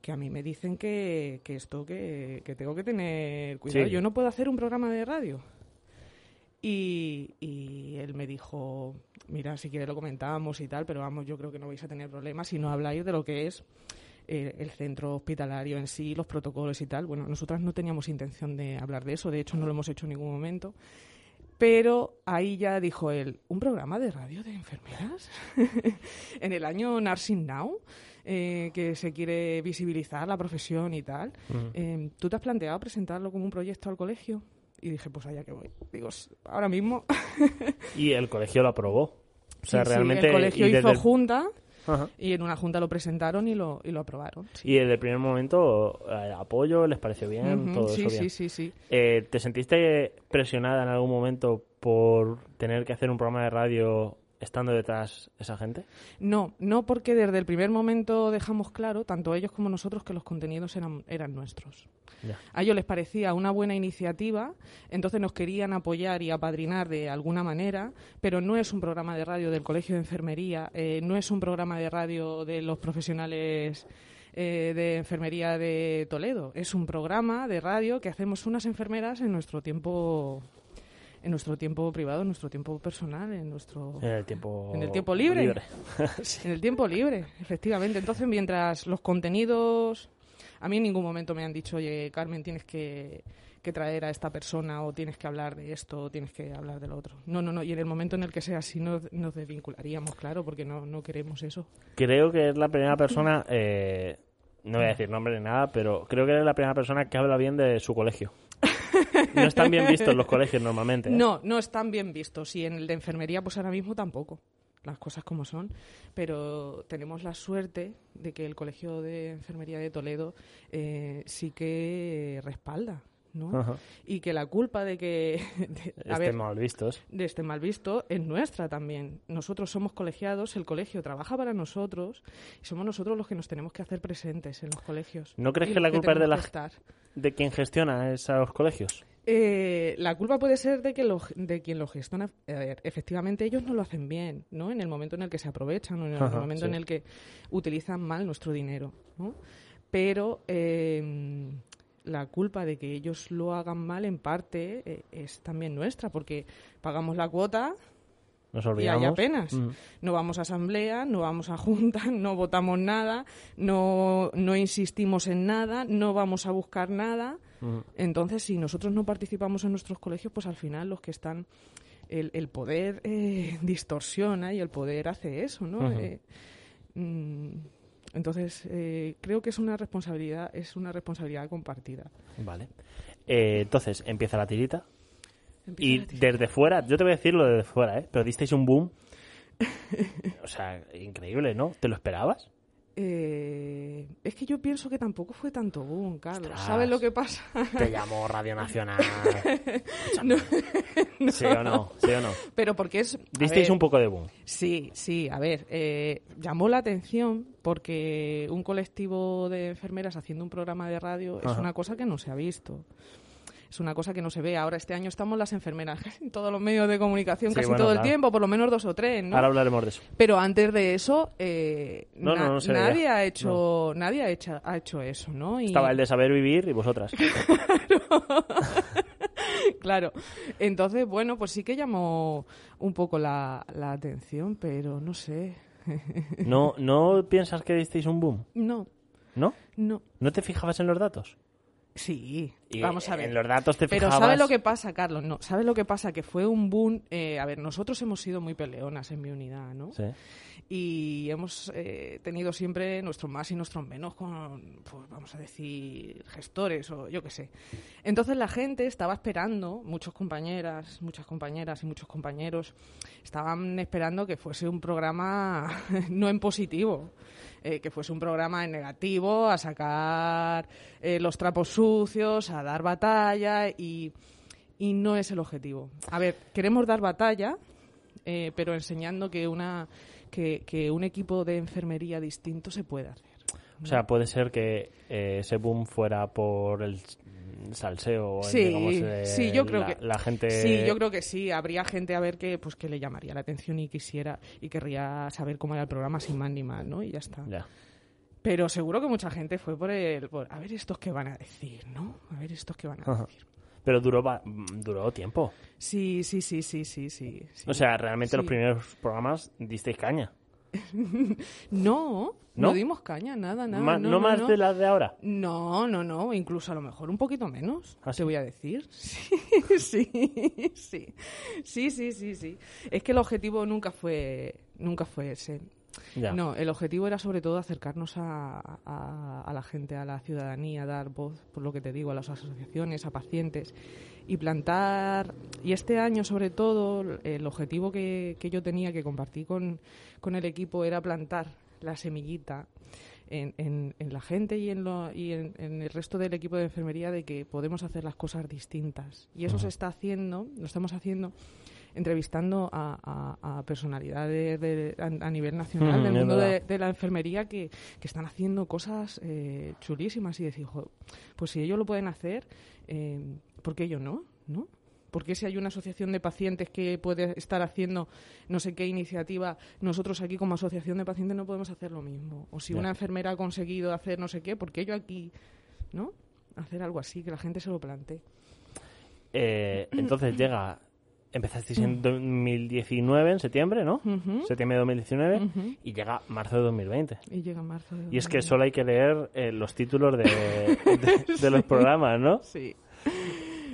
que a mí me dicen que, que esto, que, que tengo que tener cuidado.
Sí.
Yo no puedo hacer un programa de radio. Y, y él me dijo, mira, si quieres lo comentamos y tal, pero vamos, yo creo que no vais a tener problemas si no habláis de lo que es eh, el centro hospitalario en sí, los protocolos y tal. Bueno, nosotras no teníamos intención de hablar de eso, de hecho no lo hemos hecho en ningún momento. Pero ahí ya dijo él, ¿un programa de radio de enfermeras? (laughs) en el año Nursing Now, eh, que se quiere visibilizar la profesión y tal. Eh, ¿Tú te has planteado presentarlo como un proyecto al colegio? Y dije, pues allá que voy. Digo, "S- ahora mismo.
Y el colegio lo aprobó. O sea,
(laughs) Sí, sí,
realmente...
el colegio
y,
hizo
desde el,
junta
Ajá.
y en una junta lo presentaron y lo, y lo aprobaron. sí.
y desde el primer momento, eh, apoyo, les pareció bien,
Ujú,
todo
sí,
eso
sí,
bien.
sí, sí.
Eh, ¿Te sentiste presionada en algún momento por tener que hacer un programa de radio estando detrás esa gente?
No, no porque desde el primer momento dejamos claro, tanto ellos como nosotros, que los contenidos eran, eran nuestros.
Ya.
A ellos les parecía una buena iniciativa, entonces nos querían apoyar y apadrinar de alguna manera, pero no es un programa de radio del Colegio de Enfermería, eh, no es un programa de radio de los profesionales eh, de enfermería de Toledo, es un programa de radio que hacemos unas enfermeras en nuestro tiempo en nuestro tiempo privado, en nuestro tiempo personal, en nuestro
En el tiempo,
En el tiempo libre. (laughs) en el tiempo libre, efectivamente. Entonces, mientras los contenidos... A mí en ningún momento me han dicho, oye, Carmen, tienes que, que traer a esta persona o tienes que hablar de esto o tienes que hablar del otro. No, no, no. Y en el momento en el que sea así nos, nos desvincularíamos, claro, porque no, no queremos eso.
Creo que es la primera persona, eh, no voy a decir nombre ni nada, pero creo que eres la primera persona que habla bien de su colegio. No están bien vistos los colegios normalmente. ¿eh?
(laughs) No, no están bien vistos. Y en el de enfermería, pues ahora mismo tampoco. Las cosas como son. Pero tenemos la suerte de que el Colegio de Enfermería de Toledo eh, sí que respalda, ¿no?
Ajá.
Y que la culpa de que... (laughs) de- a
¿eh? Estén
ver,
mal vistos.
de este mal visto es nuestra también. Nosotros somos colegiados, el colegio trabaja para nosotros y somos nosotros los que nos tenemos que hacer presentes en los colegios.
¿No crees
Y
que
los
la culpa es de
tenemos
la
que estar.
¿De quién gestiona esos colegios?
Eh, la culpa puede ser de, que lo- de quien lo gestiona. A ver, efectivamente, ellos no lo hacen bien, ¿no? En el momento en el que se aprovechan, o en el
Ajá,
momento
sí.
en el que utilizan mal nuestro dinero, ¿no? Pero eh, la culpa de que ellos lo hagan mal, en parte, eh, es también nuestra, porque pagamos la cuota
Nos
y hay
olvidamos.
apenas.
Mm.
No vamos a asamblea, no vamos a (laughs) junta, no votamos nada, no, no insistimos en nada, no vamos a buscar nada. Entonces, si nosotros no participamos en nuestros colegios, pues al final los que están... El, el poder eh, (laughs) distorsiona y el poder hace eso, ¿no? Eh, mm, entonces, eh, creo que es una responsabilidad, es una responsabilidad compartida.
Vale. Eh, entonces, empieza la tirita.
Empieza
Y
la tira. (laughs)
desde fuera, yo te voy a decirlo desde fuera, ¿eh? pero disteis un boom O sea, increíble, ¿no? ¿Te lo esperabas?
Eh, es que yo pienso que tampoco fue tanto boom, Carlos.
Ostras.
¿Sabes lo que pasa?
Te llamó Radio
(laughs)
Nacional.
No, no. (laughs)
¿Sí o no? ¿Sí o no?
Pero porque es... a
Disteis
ver,
un poco de boom.
Sí, sí, a ver, eh, llamó la atención porque un colectivo de enfermeras haciendo un programa de radio es
Ajá.
una cosa que no se ha visto. Es una cosa que no se ve. Ahora este año estamos las enfermeras (laughs) casi en todos los medios de comunicación,
Sí,
casi
bueno,
todo el
claro.
tiempo, por lo menos dos o tres, ¿no?
Ahora hablaremos de eso.
Pero antes de eso, eh,
No, no, no se veía.
nadie ha hecho, nadie ha hecho, ha hecho eso, ¿no? Y-
Estaba el de saber vivir y vosotras.
(laughs) Claro. Entonces, bueno, pues sí que llamó un poco la, la atención, pero no sé.
¿No, ¿No piensas que disteis un boom?
No,
¿No?
no.
¿No te fijabas en los datos?
Sí,
Y
vamos a
en
ver.
los datos te
Pero
fijabas.
¿sabes lo que pasa, Carlos? No, ¿sabes lo que pasa? Que fue un boom. eh, a ver, nosotros hemos sido muy peleonas en mi unidad, ¿no?
Sí.
Y hemos eh, tenido siempre nuestros más y nuestros menos con, pues, vamos a decir, gestores o yo qué sé. Entonces la gente estaba esperando, muchas compañeras, muchas compañeras y muchos compañeros, estaban esperando que fuese un programa (laughs) no en positivo, eh, que fuese un programa en negativo, a sacar eh, los trapos sucios, a dar batalla y, y no es el objetivo. A ver, queremos dar batalla, eh, pero enseñando que, una, que, que un equipo de enfermería distinto se puede hacer.
O sea, puede ser que eh, ese boom fuera por el s- salseo. el,
Sí,
digamos, eh,
sí, yo creo
la-
que
La gente...
Sí, yo creo que sí. Habría gente a ver que pues que le llamaría la atención y quisiera y querría saber cómo era el programa sin más ni más, ¿no? Y ya está.
Ya.
Pero seguro que mucha gente fue por el por, a ver estos qué van a decir, ¿no? A ver estos qué van a
Ajá.
decir.
Pero duró, ba- duró tiempo.
Sí, sí, sí, sí, sí, sí. sí.
O sea, realmente los
Sí.
primeros programas disteis caña.
no,
¿No?
no, dimos caña, nada, nada.
Ma-
no,
no más
no.
de las de ahora.
No, no, no, incluso a lo mejor un poquito menos,
¿Ah,
te
sí?
voy a decir. (laughs) Sí, sí, sí, sí, sí, sí, sí. Es que el objetivo nunca fue, nunca fue ese.
Ya.
No, el objetivo era sobre todo acercarnos a, a- a la gente, a la ciudadanía, dar voz, por lo que te digo, a las asociaciones, a pacientes y plantar. Y este año, sobre todo, el objetivo que, que yo tenía que compartir con, con el equipo era plantar la semillita en, en- en la gente y, en, lo- y en- en el resto del equipo de enfermería de que podemos hacer las cosas distintas. Y eso se está haciendo, lo estamos haciendo entrevistando a, a- a personalidades de- a, a nivel nacional
Mm,
del
es
mundo de,
verdad.
de la enfermería que, que están haciendo cosas eh, chulísimas y decir, "Jo, pues si ellos lo pueden hacer, eh, ¿por qué yo no? ¿No? ¿Por qué si hay una asociación de pacientes que puede estar haciendo no sé qué iniciativa, nosotros aquí como asociación de pacientes no podemos hacer lo mismo? O si
Ya.
una enfermera ha conseguido hacer no sé qué, ¿por qué yo aquí, ¿no? Hacer algo así, que la gente se lo plantee. (clears throat)
Eh, entonces llega. Empezasteis en 2019, en septiembre, ¿no?
Mm. Ujú.
Septiembre de 2019
Ujú.
y llega marzo de 2020.
Y llega marzo. de
Y es que
2020.
solo hay que leer eh, los títulos
(laughs)
de, de- de los programas, ¿no?
Sí.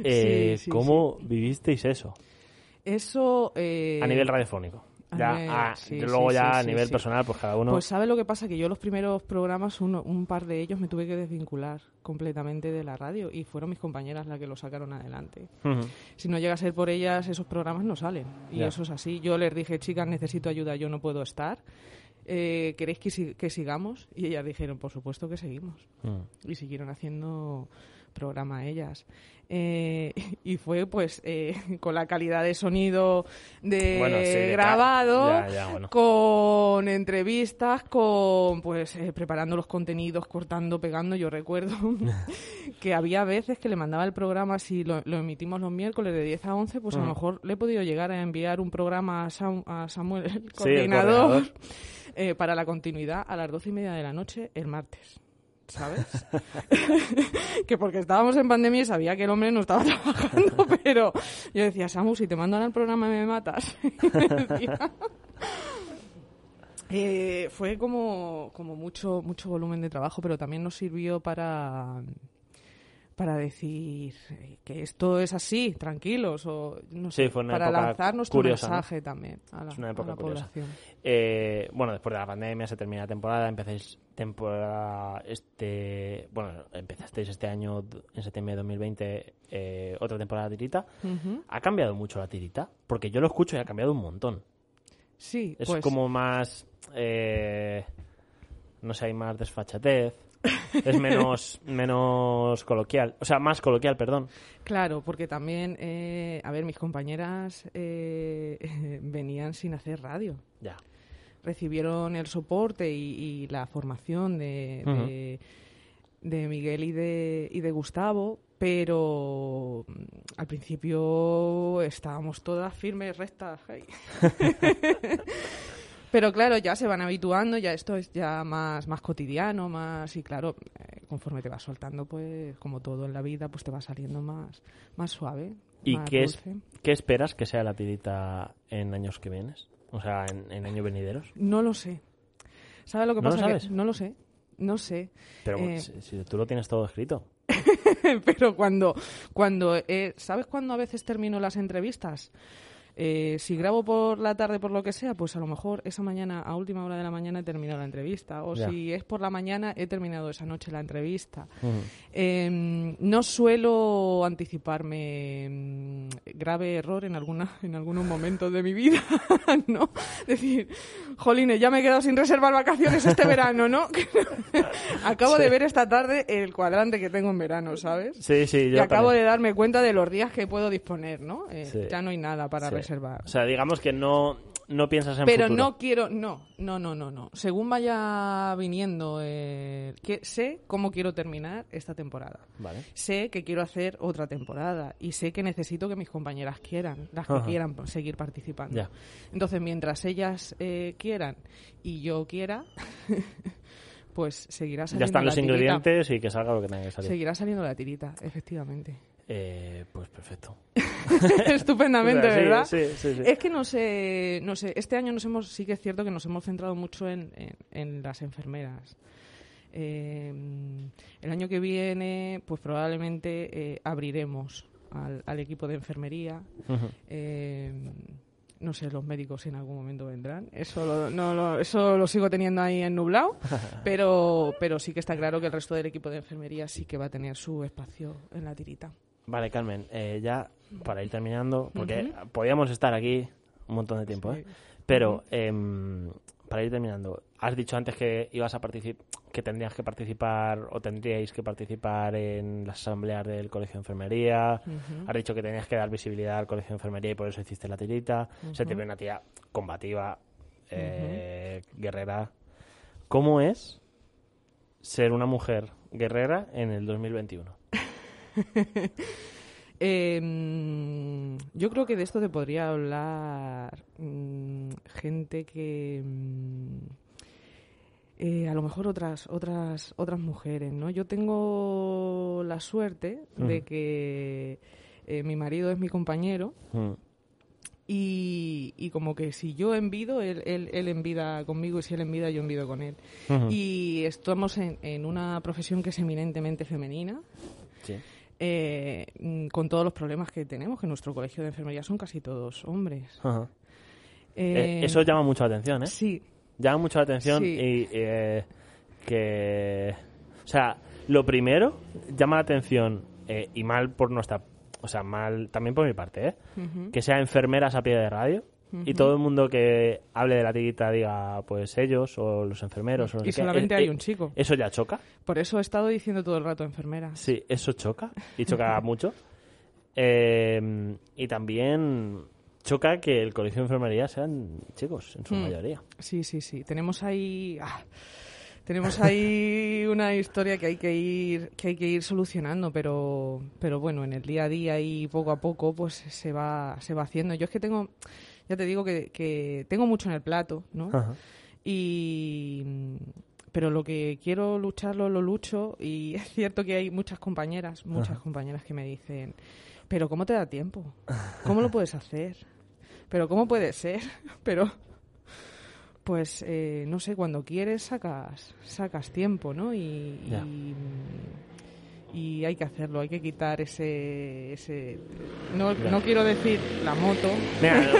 Eh,
Sí, sí,
¿Cómo vivisteis eso?
Eso. eh,
a nivel radiofónico.
a
Ya,
nivel-
ah,
sí,
y
sí,
luego
sí,
ya a
sí,
nivel
sí.
personal, pues cada uno...
Pues sabe lo que pasa que yo los primeros programas, uno- un par de ellos, me tuve que desvincular completamente de la radio y fueron mis compañeras las que lo sacaron adelante.
Ujú.
Si no llega a ser por ellas, esos programas no salen y
Ya.
eso es así. Yo les dije, chicas, necesito ayuda, yo no puedo estar. Eh, ¿Queréis que, si- que sigamos? Y ellas dijeron, por supuesto que seguimos.
Mm.
y siguieron haciendo programa ellas. Eh, (laughs) y fue pues eh, (laughs) con la calidad de sonido de
Bueno, sí, de ca-
grabado,
ya, ya, bueno.
con entrevistas, con pues eh, preparando los contenidos, cortando, pegando. Yo recuerdo
(laughs)
que había veces que le mandaba el programa, si lo, lo emitimos los miércoles de 10 a 11, pues a lo mejor le he podido llegar a enviar un programa a, Sam- a Samuel, el
Sí, el
coordinador,
coordinador.
(laughs) eh, para la continuidad a las 12 y media de la noche el martes. ¿Sabes? (laughs) que porque estábamos en pandemia y sabía que el hombre no estaba (laughs) trabajando, pero yo decía, Samu, si te mando ahora el programa me matas. Y me decía- (laughs) Eh, fue como, como mucho, mucho volumen de trabajo, pero también nos sirvió para, para decir eh, que esto es así, tranquilos, o no sé,
Sí, fue una
para
época
lanzar nuestro
curiosa, ¿no?
mensaje también a la,
Es una
a
época
la
curiosa.
población.
Eh, bueno, después de la pandemia se termina la temporada, empezáis temporada este, bueno, empezasteis este año d- en septiembre de 2020 eh, otra temporada de tirita.
Ujú.
¿Ha cambiado mucho la tirita? Porque yo lo escucho y ha cambiado un montón.
Sí,
Es
pues,
como más. eh, no sé, hay más (laughs) desfachatez. Es menos, menos coloquial. O sea, más coloquial, perdón.
Claro, porque también, eh, a ver, mis compañeras eh, (laughs) venían sin hacer radio.
Ya.
recibieron el soporte y, y la formación de, de- de Miguel y de, y de Gustavo, pero mm, al principio estábamos todas firmes, rectas.
(laughs)
ay. pero claro, ya se van habituando, ya esto es ya más, más cotidiano, más y claro, eh, conforme te vas soltando, pues como todo en la vida, pues te va saliendo más, más suave.
¿Y
más
qué, es,
dulce.
qué esperas que sea la pirita en años que vienes? O sea, en, en años venideros.
No lo sé. ¿Sabes lo que
¿No lo
pasa?
sabes?
Que no lo sé. No sé.
Pero
Eh,
si, si tú lo tienes todo escrito.
(laughs) pero cuando, cuando eh, ¿sabes cuando a veces termino las entrevistas? Eh, si grabo por la tarde, por lo que sea, pues a lo mejor esa mañana, a última hora de la mañana, he terminado la entrevista. O
Ya.
si es por la mañana, he terminado esa noche la entrevista. Eh, no suelo anticiparme mm, grave error en alguna en algunos momentos de mi vida, (laughs) ¿no? Decir, jolines, ya me he quedado sin reservar vacaciones este verano, ¿no? (laughs) Acabo de ver esta tarde el cuadrante que tengo en verano, ¿sabes?
Sí, sí,
y acabo de darme cuenta de los días que puedo disponer, ¿no? Eh,
Sí.
Ya no hay nada para reservar.
O sea, digamos que no, no piensas en
Pero
futuro.
no quiero, no, no, no, no, no. Según vaya viniendo, eh, que sé cómo quiero terminar esta temporada.
Vale.
Sé que quiero hacer otra temporada y sé que necesito que mis compañeras quieran, las que
Ajá.
quieran seguir participando.
Ya.
Entonces, mientras ellas eh, quieran y yo quiera, (laughs) pues seguirá saliendo
Ya están
la
los
tirita.
ingredientes y que salga lo que tenga que salir.
Seguirá saliendo la tirita,
(laughs)
efectivamente. (laughs)
Eh, pues perfecto.
Estupendamente,
O sea, sí,
¿verdad?
sí, sí, sí.
Es que no sé, no sé, este año nos hemos, sí que es cierto que nos hemos centrado mucho en, en- en las enfermeras. Eh, el año que viene, pues probablemente eh, abriremos al, al equipo de enfermería. Eh, no sé, los médicos si en algún momento vendrán. Eso lo, no lo- eso lo sigo teniendo ahí
(laughs)
en nublado, pero, pero sí que está claro que el resto del equipo de enfermería sí que va a tener su espacio en la tirita.
Vale, Carmen, eh, ya para ir terminando, porque podíamos estar aquí un montón de tiempo, ¿eh? Pero em, para ir terminando, has dicho antes que ibas a participar, que tendrías que participar o tendríais que participar en las asambleas del Colegio de Enfermería. Has dicho que tenías que dar visibilidad al Colegio de Enfermería y por eso hiciste la tirita. Se te ve una tía combativa, eh, guerrera. ¿Cómo es ser una mujer guerrera en el 2021?
Eh, mm, yo creo que de esto te podría hablar mm, gente que mm, eh, a lo mejor otras otras otras mujeres, ¿no? Yo tengo la suerte de que eh, mi marido es mi compañero
Mm.
y, y como que si yo envido, él, él, él envida conmigo y si él envida, yo envido con él. Y estamos en, en una profesión que es eminentemente femenina
Sí.
eh, mm, con todos los problemas que tenemos, que en nuestro colegio de enfermería son casi todos hombres.
Ajá.
Eh,
Eh, eso llama mucho la atención, ¿eh?
Sí,
Llama mucho la atención
Sí.
y eh, que... O sea, lo primero llama la atención, eh, y mal por nuestra... O sea, mal también por mi parte, ¿eh? Que sea enfermeras a pie de radio y todo el mundo que hable de la tirita diga, pues ellos o los enfermeros. O no
Y
sé qué.
solamente
Eh,
hay
eh,
un chico.
Eso ya choca.
por eso he estado diciendo todo el rato enfermera.
Sí, eso choca y
(laughs)
choca mucho. Eh, y también choca que el colegio de enfermería sean chicos en su
Mm. (laughs)
mayoría.
Sí, sí, sí. Tenemos ahí. ah, tenemos ahí una historia que hay que ir, que hay que ir solucionando, pero, pero bueno, en el día a día y poco a poco, pues se va, se va haciendo. Yo es que tengo, ya te digo que, que tengo mucho en el plato, ¿no? Y pero lo que quiero lucharlo, lo lucho, y (laughs) es cierto que hay muchas compañeras, muchas compañeras que me dicen, pero ¿cómo te da tiempo? ¿Cómo lo puedes hacer? ¿Pero cómo puede ser? (laughs) Pero pues eh, no sé, cuando quieres sacas, sacas tiempo, ¿no? Y,
Ya.
y, y hay que hacerlo, hay que quitar ese... ese no,
Ya.
no quiero decir la moto,
Mira,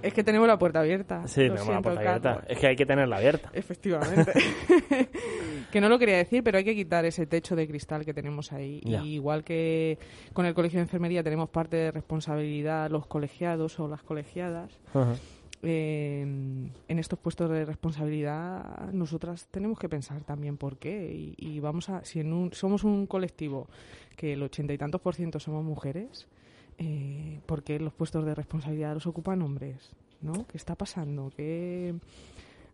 es que tenemos la puerta abierta.
Sí,
Lo
tenemos la
siento,
puerta
Carlos.
abierta. Es que hay que tenerla abierta.
Efectivamente. (laughs) que no lo quería decir, pero hay que quitar ese techo de cristal que tenemos ahí.
Ya.
Y igual que con el Colegio de Enfermería tenemos parte de responsabilidad los colegiados o las colegiadas, eh, en estos puestos de responsabilidad nosotras tenemos que pensar también por qué y, y vamos a si en un, somos un colectivo que el ochenta y tantos por ciento somos mujeres eh, por qué los puestos de responsabilidad los ocupan hombres no qué está pasando que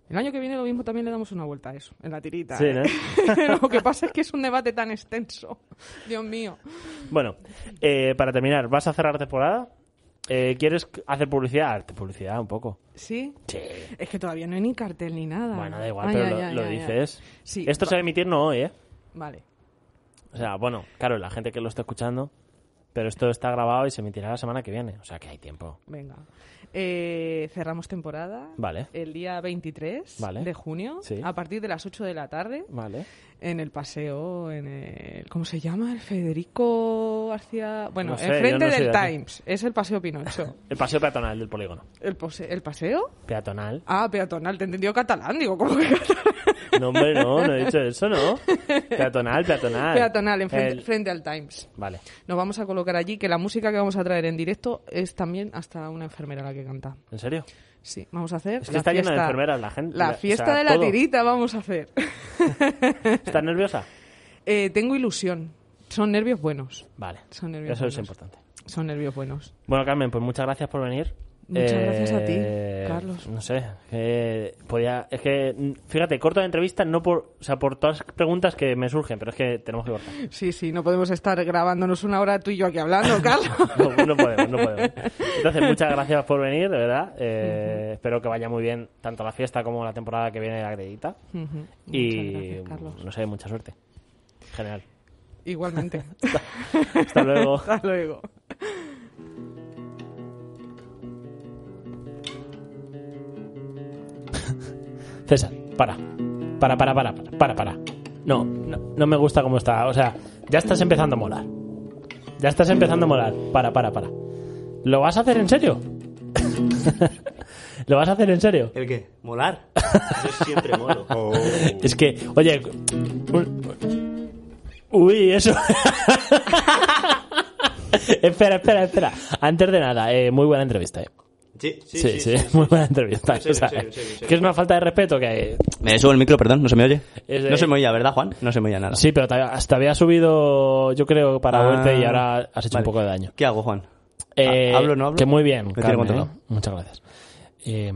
el año que viene lo mismo también le damos una vuelta a eso en la tirita ¿eh?
Sí, ¿no?
(laughs) lo que pasa es que es un debate tan extenso dios mío
Bueno, eh, para terminar, ¿vas a cerrar temporada? Eh, ¿Quieres hacer publicidad? Arte, publicidad un poco.
sí
Sí.
es que todavía no hay ni cartel ni nada
Bueno, da igual,
Ay,
pero
ay,
lo,
ay,
lo
ay, ay.
dices.
Sí,
Esto se va a emitir no hoy, ¿eh?
vale
O sea, bueno, claro, la gente que lo está escuchando, pero esto está grabado y se emitirá la semana que viene. O sea, que hay tiempo.
Venga. Eh, cerramos temporada.
Vale.
El día 23
Vale.
de junio,
Sí.
a partir de las 8 de la tarde,
Vale.
en el paseo, en el. ¿Cómo se llama? El Federico García. Bueno,
No sé, yo
enfrente
no soy
del
de aquí.
Times. Es el paseo Pinocho.
(laughs) El paseo peatonal del polígono.
¿El, pose- ¿El paseo?
Peatonal.
Ah, peatonal. Te he entendido catalán. Digo, ¿cómo que catalán?
No, hombre, no, no he dicho eso, ¿no? Peatonal, peatonal.
Peatonal, enfrente-
El-
frente al Times.
Vale.
Nos vamos a colocar allí, que la música que vamos a traer en directo es también hasta una enfermera la que canta.
¿En serio?
Sí, vamos a hacer.
Es que
la
está llena de
fiesta,
enfermeras la gente, la-
La
o
fiesta
sea,
de la
todo.
tirita vamos a hacer. (laughs)
¿Estás nerviosa?
Eh, tengo ilusión. Son nervios buenos.
Vale.
Son nervios
Eso es
buenos.
importante.
Son nervios buenos.
Bueno, Carmen, pues muchas gracias por venir. Eh,
Muchas gracias a ti, Carlos.
No sé, que podía, es que, mm, fíjate, corto la entrevista, no por, o sea, por todas las preguntas que me surgen, pero es que tenemos que cortar.
Sí, sí, no podemos estar grabándonos una hora tú y yo aquí
(laughs)
hablando, (laughs) Carlos.
No, no podemos, no podemos. Entonces, muchas gracias por venir, de verdad. Eh, Espero que vaya muy bien tanto la fiesta como la temporada que viene de la Gredita.
Ujú.
y,
Muchas gracias, Carlos.
no sé, mucha suerte. En General.
Igualmente.
(laughs) Hasta luego.
(laughs) Hasta luego.
César, para. Para, para, para, para, para, para. No, no, no me gusta cómo está. O sea, ya estás empezando a molar. Ya estás empezando a molar. Para, para, para. ¿Lo vas a hacer en serio? (laughs) ¿Lo vas a hacer en serio?
¿El qué? ¿Molar? Yo siempre molo.
Oh.
Es que, oye... un- Uy, eso... (laughs) espera, espera, espera. Antes de nada, eh, muy buena entrevista. eh.
Sí, sí,
Sí, sí, (laughs) muy buena entrevista.
En serio,
o sea,
en serio, en serio, en serio.
Que es una falta de respeto que... eh,
Me subo el micro, perdón, no se me oye.
Es, eh,
No se me oía, ¿verdad, Juan? No se me oía nada.
Sí, pero te, hasta había subido, yo creo, para
Ah,
verte y ahora has hecho un
vale.
poco de daño.
¿Qué hago, Juan?
Eh,
¿Hablo o no hablo?
Que muy bien,
Me tiene
Carmen,
controlado.
¿eh? Muchas gracias. Eh,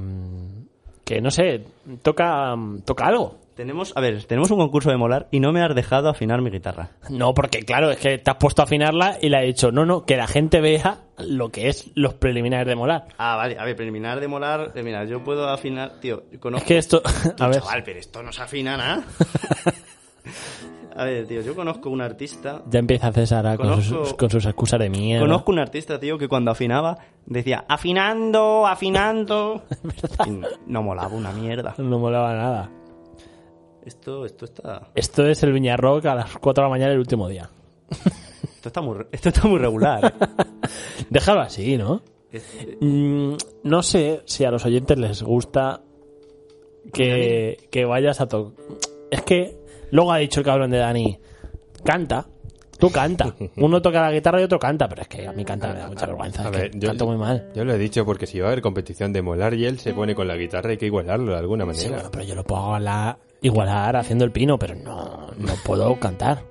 que no sé, toca, toca algo.
Tenemos, a ver, tenemos un concurso de molar y no me has dejado afinar mi guitarra.
No, porque claro, es que te has puesto a afinarla y le has dicho, no, no, que la gente vea lo que es los preliminares de molar.
Ah, vale, a ver, preliminar de molar, eh, mira, yo puedo afinar, tío,
Es
conozco...
que esto, (laughs) a ver,
Chaval, pero esto no se
(laughs)
afina nada. a ver, tío, yo conozco un artista...
ya empieza César a- con,
Conozco-
sus, con sus excusas de mierda.
Conozco un artista, tío, que cuando afinaba decía,
(laughs)
afinando, afinando. Y no- no molaba una mierda.
No molaba nada.
Esto, esto está...
Esto es el Viñarrock a las 4 de la mañana el último día.
Esto está muy, (laughs) esto está muy regular. ¿eh?
(laughs) Déjalo así, ¿no?
Este-
Mm, no sé si a los oyentes les gusta que, que vayas a tocar. Es que luego ha dicho el cabrón de Dani, canta, tú canta. Uno toca la guitarra y otro canta, pero es que a mí cantar me da mucha vergüenza. es que canto muy mal.
Yo lo he dicho porque si va a haber competición de molar y él se pone con la guitarra hay que igualarlo de alguna
Sí,
manera.
bueno, pero yo lo puedo igualar, igualar haciendo el pino, pero no, no puedo cantar.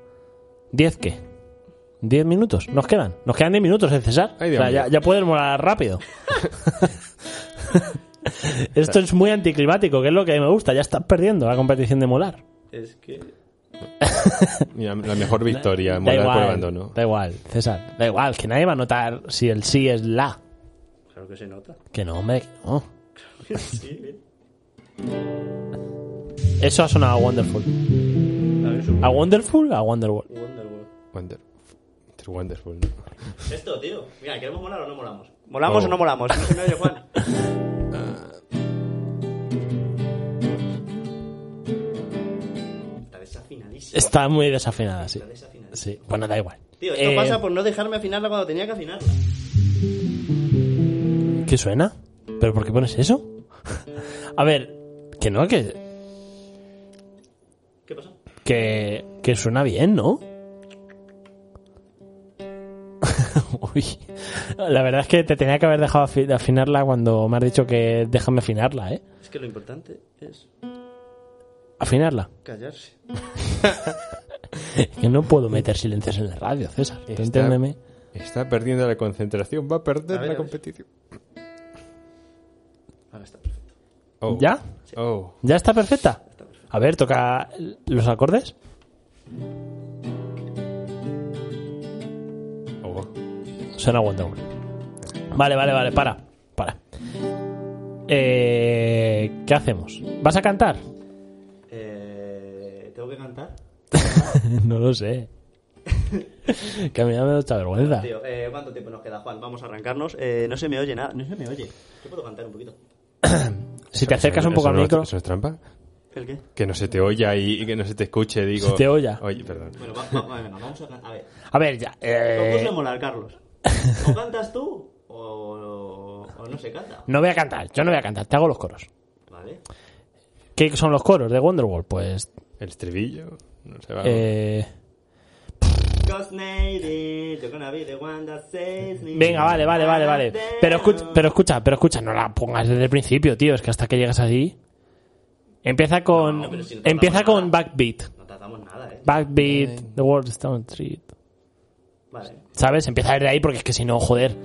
¿Diez qué? ¿Diez minutos? Nos quedan. Nos quedan diez minutos, ¿eh, César?
Ay, Dios
O sea, ya,
mío.
ya puedes molar
(laughs)
rápido. Esto es muy anticlimático, que es lo que me gusta. Ya estás perdiendo la competición de molar.
Es que...
Mira,
(laughs)
la mejor victoria,
da
molar
igual,
por abandono.
da igual, César. Da igual, que nadie va a notar si el sí es la.
Claro que se nota.
Que no, hombre, que no.
Sí,
Eso ha sonado a Wonderful.
a ver, es un
¿A Wonderful? A Wonderwall.
Wonderwall.
Wonder- it's wonderful. ¿no?
Esto, tío. Mira, ¿queremos molar o no molamos? ¿Molamos
Oh.
o no molamos? No se me oye, Juan. Está desafinadísimo.
Está muy desafinada, sí.
Está desafinadísimo.
Sí, bueno, da igual.
Tío, esto
Eh,
pasa por no dejarme afinarla cuando tenía que afinarla.
¿Qué suena? ¿Pero por qué pones eso? (laughs) A ver, que no, que,
¿Qué pasa?
que, que suena bien, ¿no? (laughs) Uy, Uy. La verdad es que te tenía que haber dejado afi- afinarla cuando me has dicho que déjame afinarla, ¿eh?
Es que lo importante es
Afinarla.
callarse.
Que no puedo meter silencios en la radio, César. Tú
Está-
entiéndeme.
Está perdiendo la concentración, va a perder
A ver, a
la
ver.
competición.
Ahora está perfecto.
Oh.
¿Ya?
Oh.
¿Ya está perfecta? A ver, toca los acordes.
Oh.
Suena Wonder Woman. Vale, vale, vale, para. Para. Eh, ¿Qué hacemos? ¿Vas a cantar? (laughs)
Eh, ¿Tengo que cantar?
no lo sé. (laughs) que a mí me da mucha vergüenza.
Tío, eh, ¿cuánto tiempo nos queda, Juan? Vamos a arrancarnos. Eh, no se me oye nada. No se me oye. Yo puedo cantar un poquito.
Si te acercas un poco
¿Eso
al
no-
micro,
¿Eso es trampa?
¿El qué?
Que no se te oya y, y que no se te escuche, digo.
Se te oya.
Oye, perdón.
Bueno, va- va- va- venga, vamos a cantar. A ver.
A ver, ya. eh,
Concurso de molar, Carlos.
(laughs)
O cantas tú o, o no se canta.
no voy a cantar, yo no voy a cantar, te hago los coros.
Vale.
¿Qué son los coros de Wonderwall? Pues.
El estribillo. No sé, va.
eh,
Cause maybe you're gonna be the one that saves me.
venga, vale, vale, vale, vale. Pero escucha, pero escucha, pero escucha, no la pongas desde el principio, tío, es que hasta que llegas allí. Empieza con.
pero si no te
empieza
tardamos
con
nada.
backbeat.
No tratamos nada, eh.
Backbeat, The World Stone Street.
Vale.
¿Sabes? Empieza desde ahí porque es que si no, joder.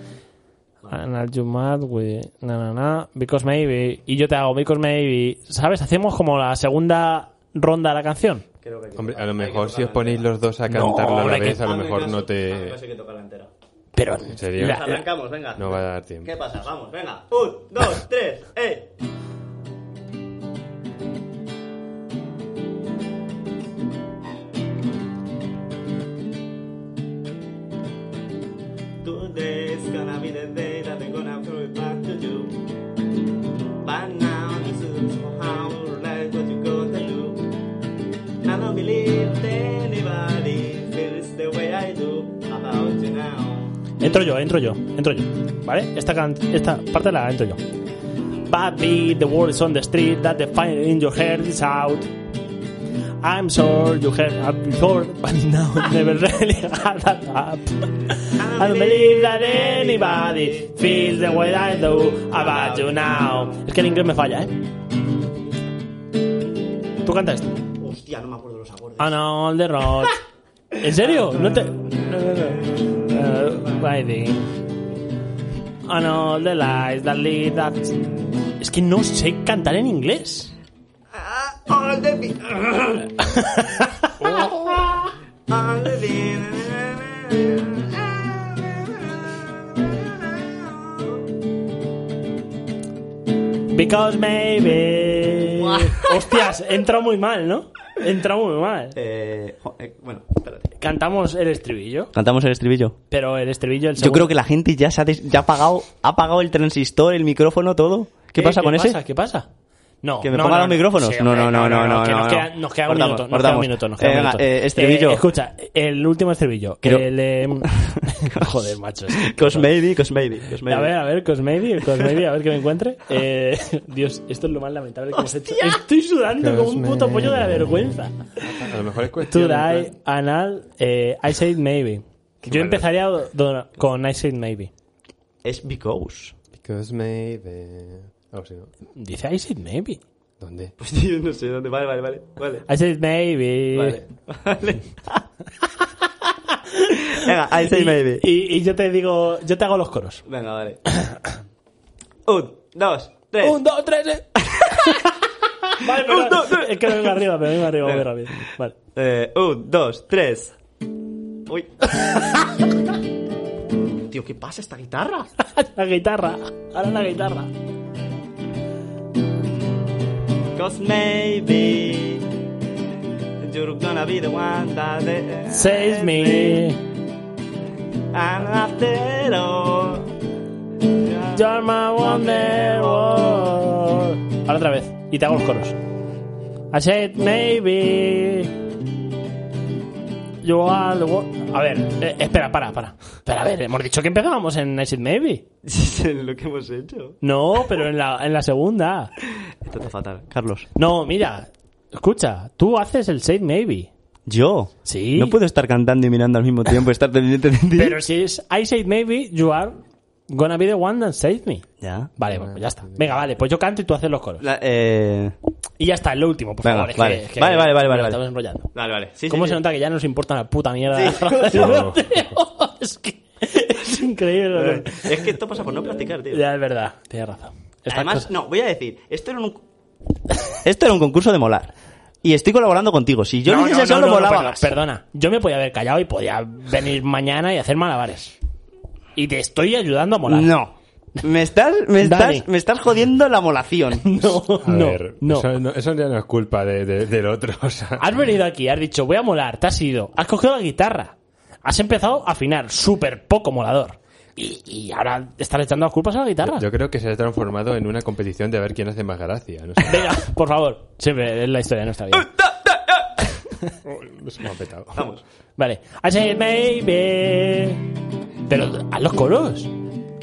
And are you mad with- na, na, na, because maybe. Y yo te hago because maybe. ¿Sabes? Hacemos como la segunda ronda de la canción.
Creo que hay que
Hombre, a
tocar-
lo
hay que
mejor si
tocarla
os ponéis
entera.
los dos a cantarlo a la
hombre, que-
vez, a lo
Hazme
mejor
caso,
no
hazme
te.
caso que tocarla entera.
Pero.
¿En
la-
serio?
la-
Arrancamos, venga.
No va a dar tiempo.
¿Qué pasa? Vamos, venga. Un, dos, tres, ¡eh! Today's gonna be the day that they're gonna throw it back to you. But now this is how you like what you gonna do. I don't believe that anybody feels the way I do about you now.
Entro yo, entro yo, entro yo. ¿Vale? Esta, can- esta parte la entro yo. Bad beat, the world is on the street, that the fire in your head is out. I'm sure you heard up before, (laughs) but now I never (laughs) really had that up. I don't believe that anybody feels the way I do about you now. Es que el inglés me falla, ¿eh? Tú canta esto.
Hostia, no me acuerdo los acordes.
On all the roads. ¿En serio? No te. Eh, No, no, no. Uh, riding. On all the lights that lead that. Es que no sé cantar en inglés.
Ah, all the be- All the be-
Because maybe. Hostias, entra muy mal, ¿no? Entra muy mal.
(laughs) Eh, jo- eh, bueno, espérate.
Cantamos el estribillo,
Cantamos el estribillo.
pero el estribillo, el
Yo creo que la gente ya se ha, des- ya ha pagado, ha pagado el transistor, el micrófono, todo. ¿Qué pasa con ese?
¿Qué pasa? No,
Que me
no,
pongan
no,
los micrófonos.
Sí,
no,
hombre,
no, no, no, no,
que
no,
nos,
no.
queda, nos queda un
Cortamos,
minuto, nos queda
cortamos.
un minuto, nos queda
Eh,
un
venga,
minuto.
eh, estribillo.
Eh, escucha, el último
(laughs)
estribillo.
Creo-
El, em, Joder, macho. es que-
Cos maybe, cos maybe, cos maybe.
A ver, a ver, Cosmedi, Cosmedi, a ver que me
(laughs)
encuentre. Eh, Dios, esto es lo más lamentable que hemos hecho. Estoy sudando como un puto pollo de la vergüenza.
A lo mejor es cuestión.
To
en
die,
plan-
anal, eh, I said maybe. Yo
malo.
empezaría do- con I said maybe.
Es because. (laughs)
Because maybe. Oh, sí, ¿no?
Dice I said maybe.
¿Dónde?
Pues tío, no sé dónde. Vale, vale, vale. Vale.
I said maybe.
Vale. vale. (laughs) Venga, I say maybe.
Y, y yo te digo, yo te hago los coros.
Venga, vale. (coughs) Un, dos, tres.
Un, dos, tres. eh. vale, pero
Un, dos, tres.
es que me vengo arriba, me vengo arriba muy rápido. Vale.
Eh, un, dos, tres. Uy. (laughs) Tío, ¿qué pasa esta guitarra?
La guitarra. Ahora la guitarra.
Cause maybe you're gonna be the one that
Saves me.
And after (laughs) all,
You're my wonder world. Ahora otra vez. Y te hago los coros. I said maybe. You are the one- A ver, eh, espera, para, para. Pero a ver, hemos dicho que empezábamos en I said maybe.
es lo que hemos hecho.
No, pero en la, en la segunda.
Esto está fatal. Carlos.
No, mira, escucha, tú haces el Save Maybe.
Yo.
Sí.
No puedo estar cantando y mirando al mismo tiempo, estar pendiente de ti.
Pero si es I said maybe, you are gonna be the one that saved me.
Ya.
Vale, bueno, ya está. Venga, vale, pues yo canto y tú haces los coros.
La- eh...
Y ya está, el último, por
Venga,
favor. es
vale.
que- es que
Vale, vale,
nos
vale, vale, vale.
Estamos enrollando.
Vale, vale. Sí,
¿Cómo
sí,
se
sí.
nota que ya nos importa la puta mierda? (laughs) de
Sí.
las frases de los tíos? es que es increíble. ¿no?
Es que esto pasa por no practicar, tío.
Ya es verdad, tienes razón. Estas
Además,
cosas-
no, voy a decir, esto era un (laughs) esto era un concurso de molar. Y estoy colaborando contigo. Si yo
No,
no, hiciese
no,
eso,
no,
lo
no,
molaba
perdona,
más.
perdona, yo me podía haber callado y podía venir mañana y hacer malabares. Y te estoy ayudando a molar.
No. Me estás, me
Dani.
estás, me estás jodiendo la (laughs) molación.
no, (laughs)
A
no,
ver,
no. Ah,
Eso, no- eso ya no es culpa de- de- del otro. (laughs) O sea,
Has venido aquí, has dicho, voy a molar, te has ido, has cogido la guitarra, has empezado a afinar, súper poco molador. Y, y ahora estás echando las culpas a la guitarra.
yo creo que se ha transformado en una competición de a ver quién hace más gracia. No sé, (laughs)
Venga, por favor, siempre es la historia de nuestra vida.
nos hemos petado.
Vale, I said maybe. Pero haz los coros.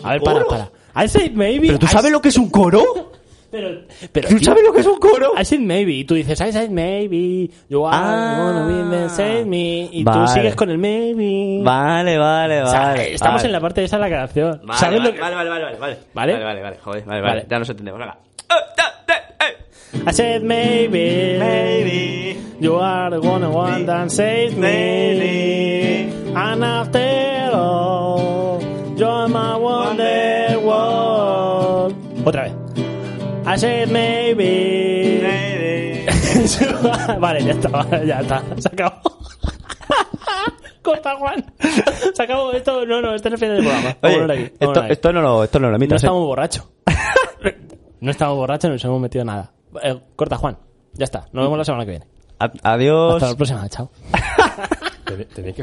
A ver, para,
coros?
para. I said maybe.
¿Pero tú
I-
sabes lo que es un coro?
Pero, pero
¿Tú
tío,
sabes lo que es un coro?
I said maybe. Y tú dices, I said maybe. You are
Ah.
gonna be the same me. Y
Vale.
tú sigues con el maybe.
Vale, vale,
O sea,
vale.
estamos
vale.
en la parte de esa de la canción.
Vale,
¿Sabes
vale,
lo que-
vale, vale, vale, vale,
¿Vale?
vale, vale, vale, joder, vale,
Vale.
vale, Eh, ya nos entendemos, venga.
I said maybe,
Maybe.
you are the one who want and save me.
Maybe.
And after all, you're my wonder world. Otra vez. I said maybe. (laughs) vale, ya está, vale, ya está, se acabó. (laughs) Corta, Juan. Se acabó esto. No, no, este es el final del programa. Vámonos de
Oye,
aquí, vámonos
esto,
de aquí.
esto no lo, esto no lo
No
emitas. ¿eh?
estamos borrachos. (laughs) no estamos borrachos, no nos hemos metido nada. Eh, corta, Juan. Ya está. Nos vemos la semana que viene.
A- Adiós.
Hasta la próxima. Chao.
Ten- Tenéis que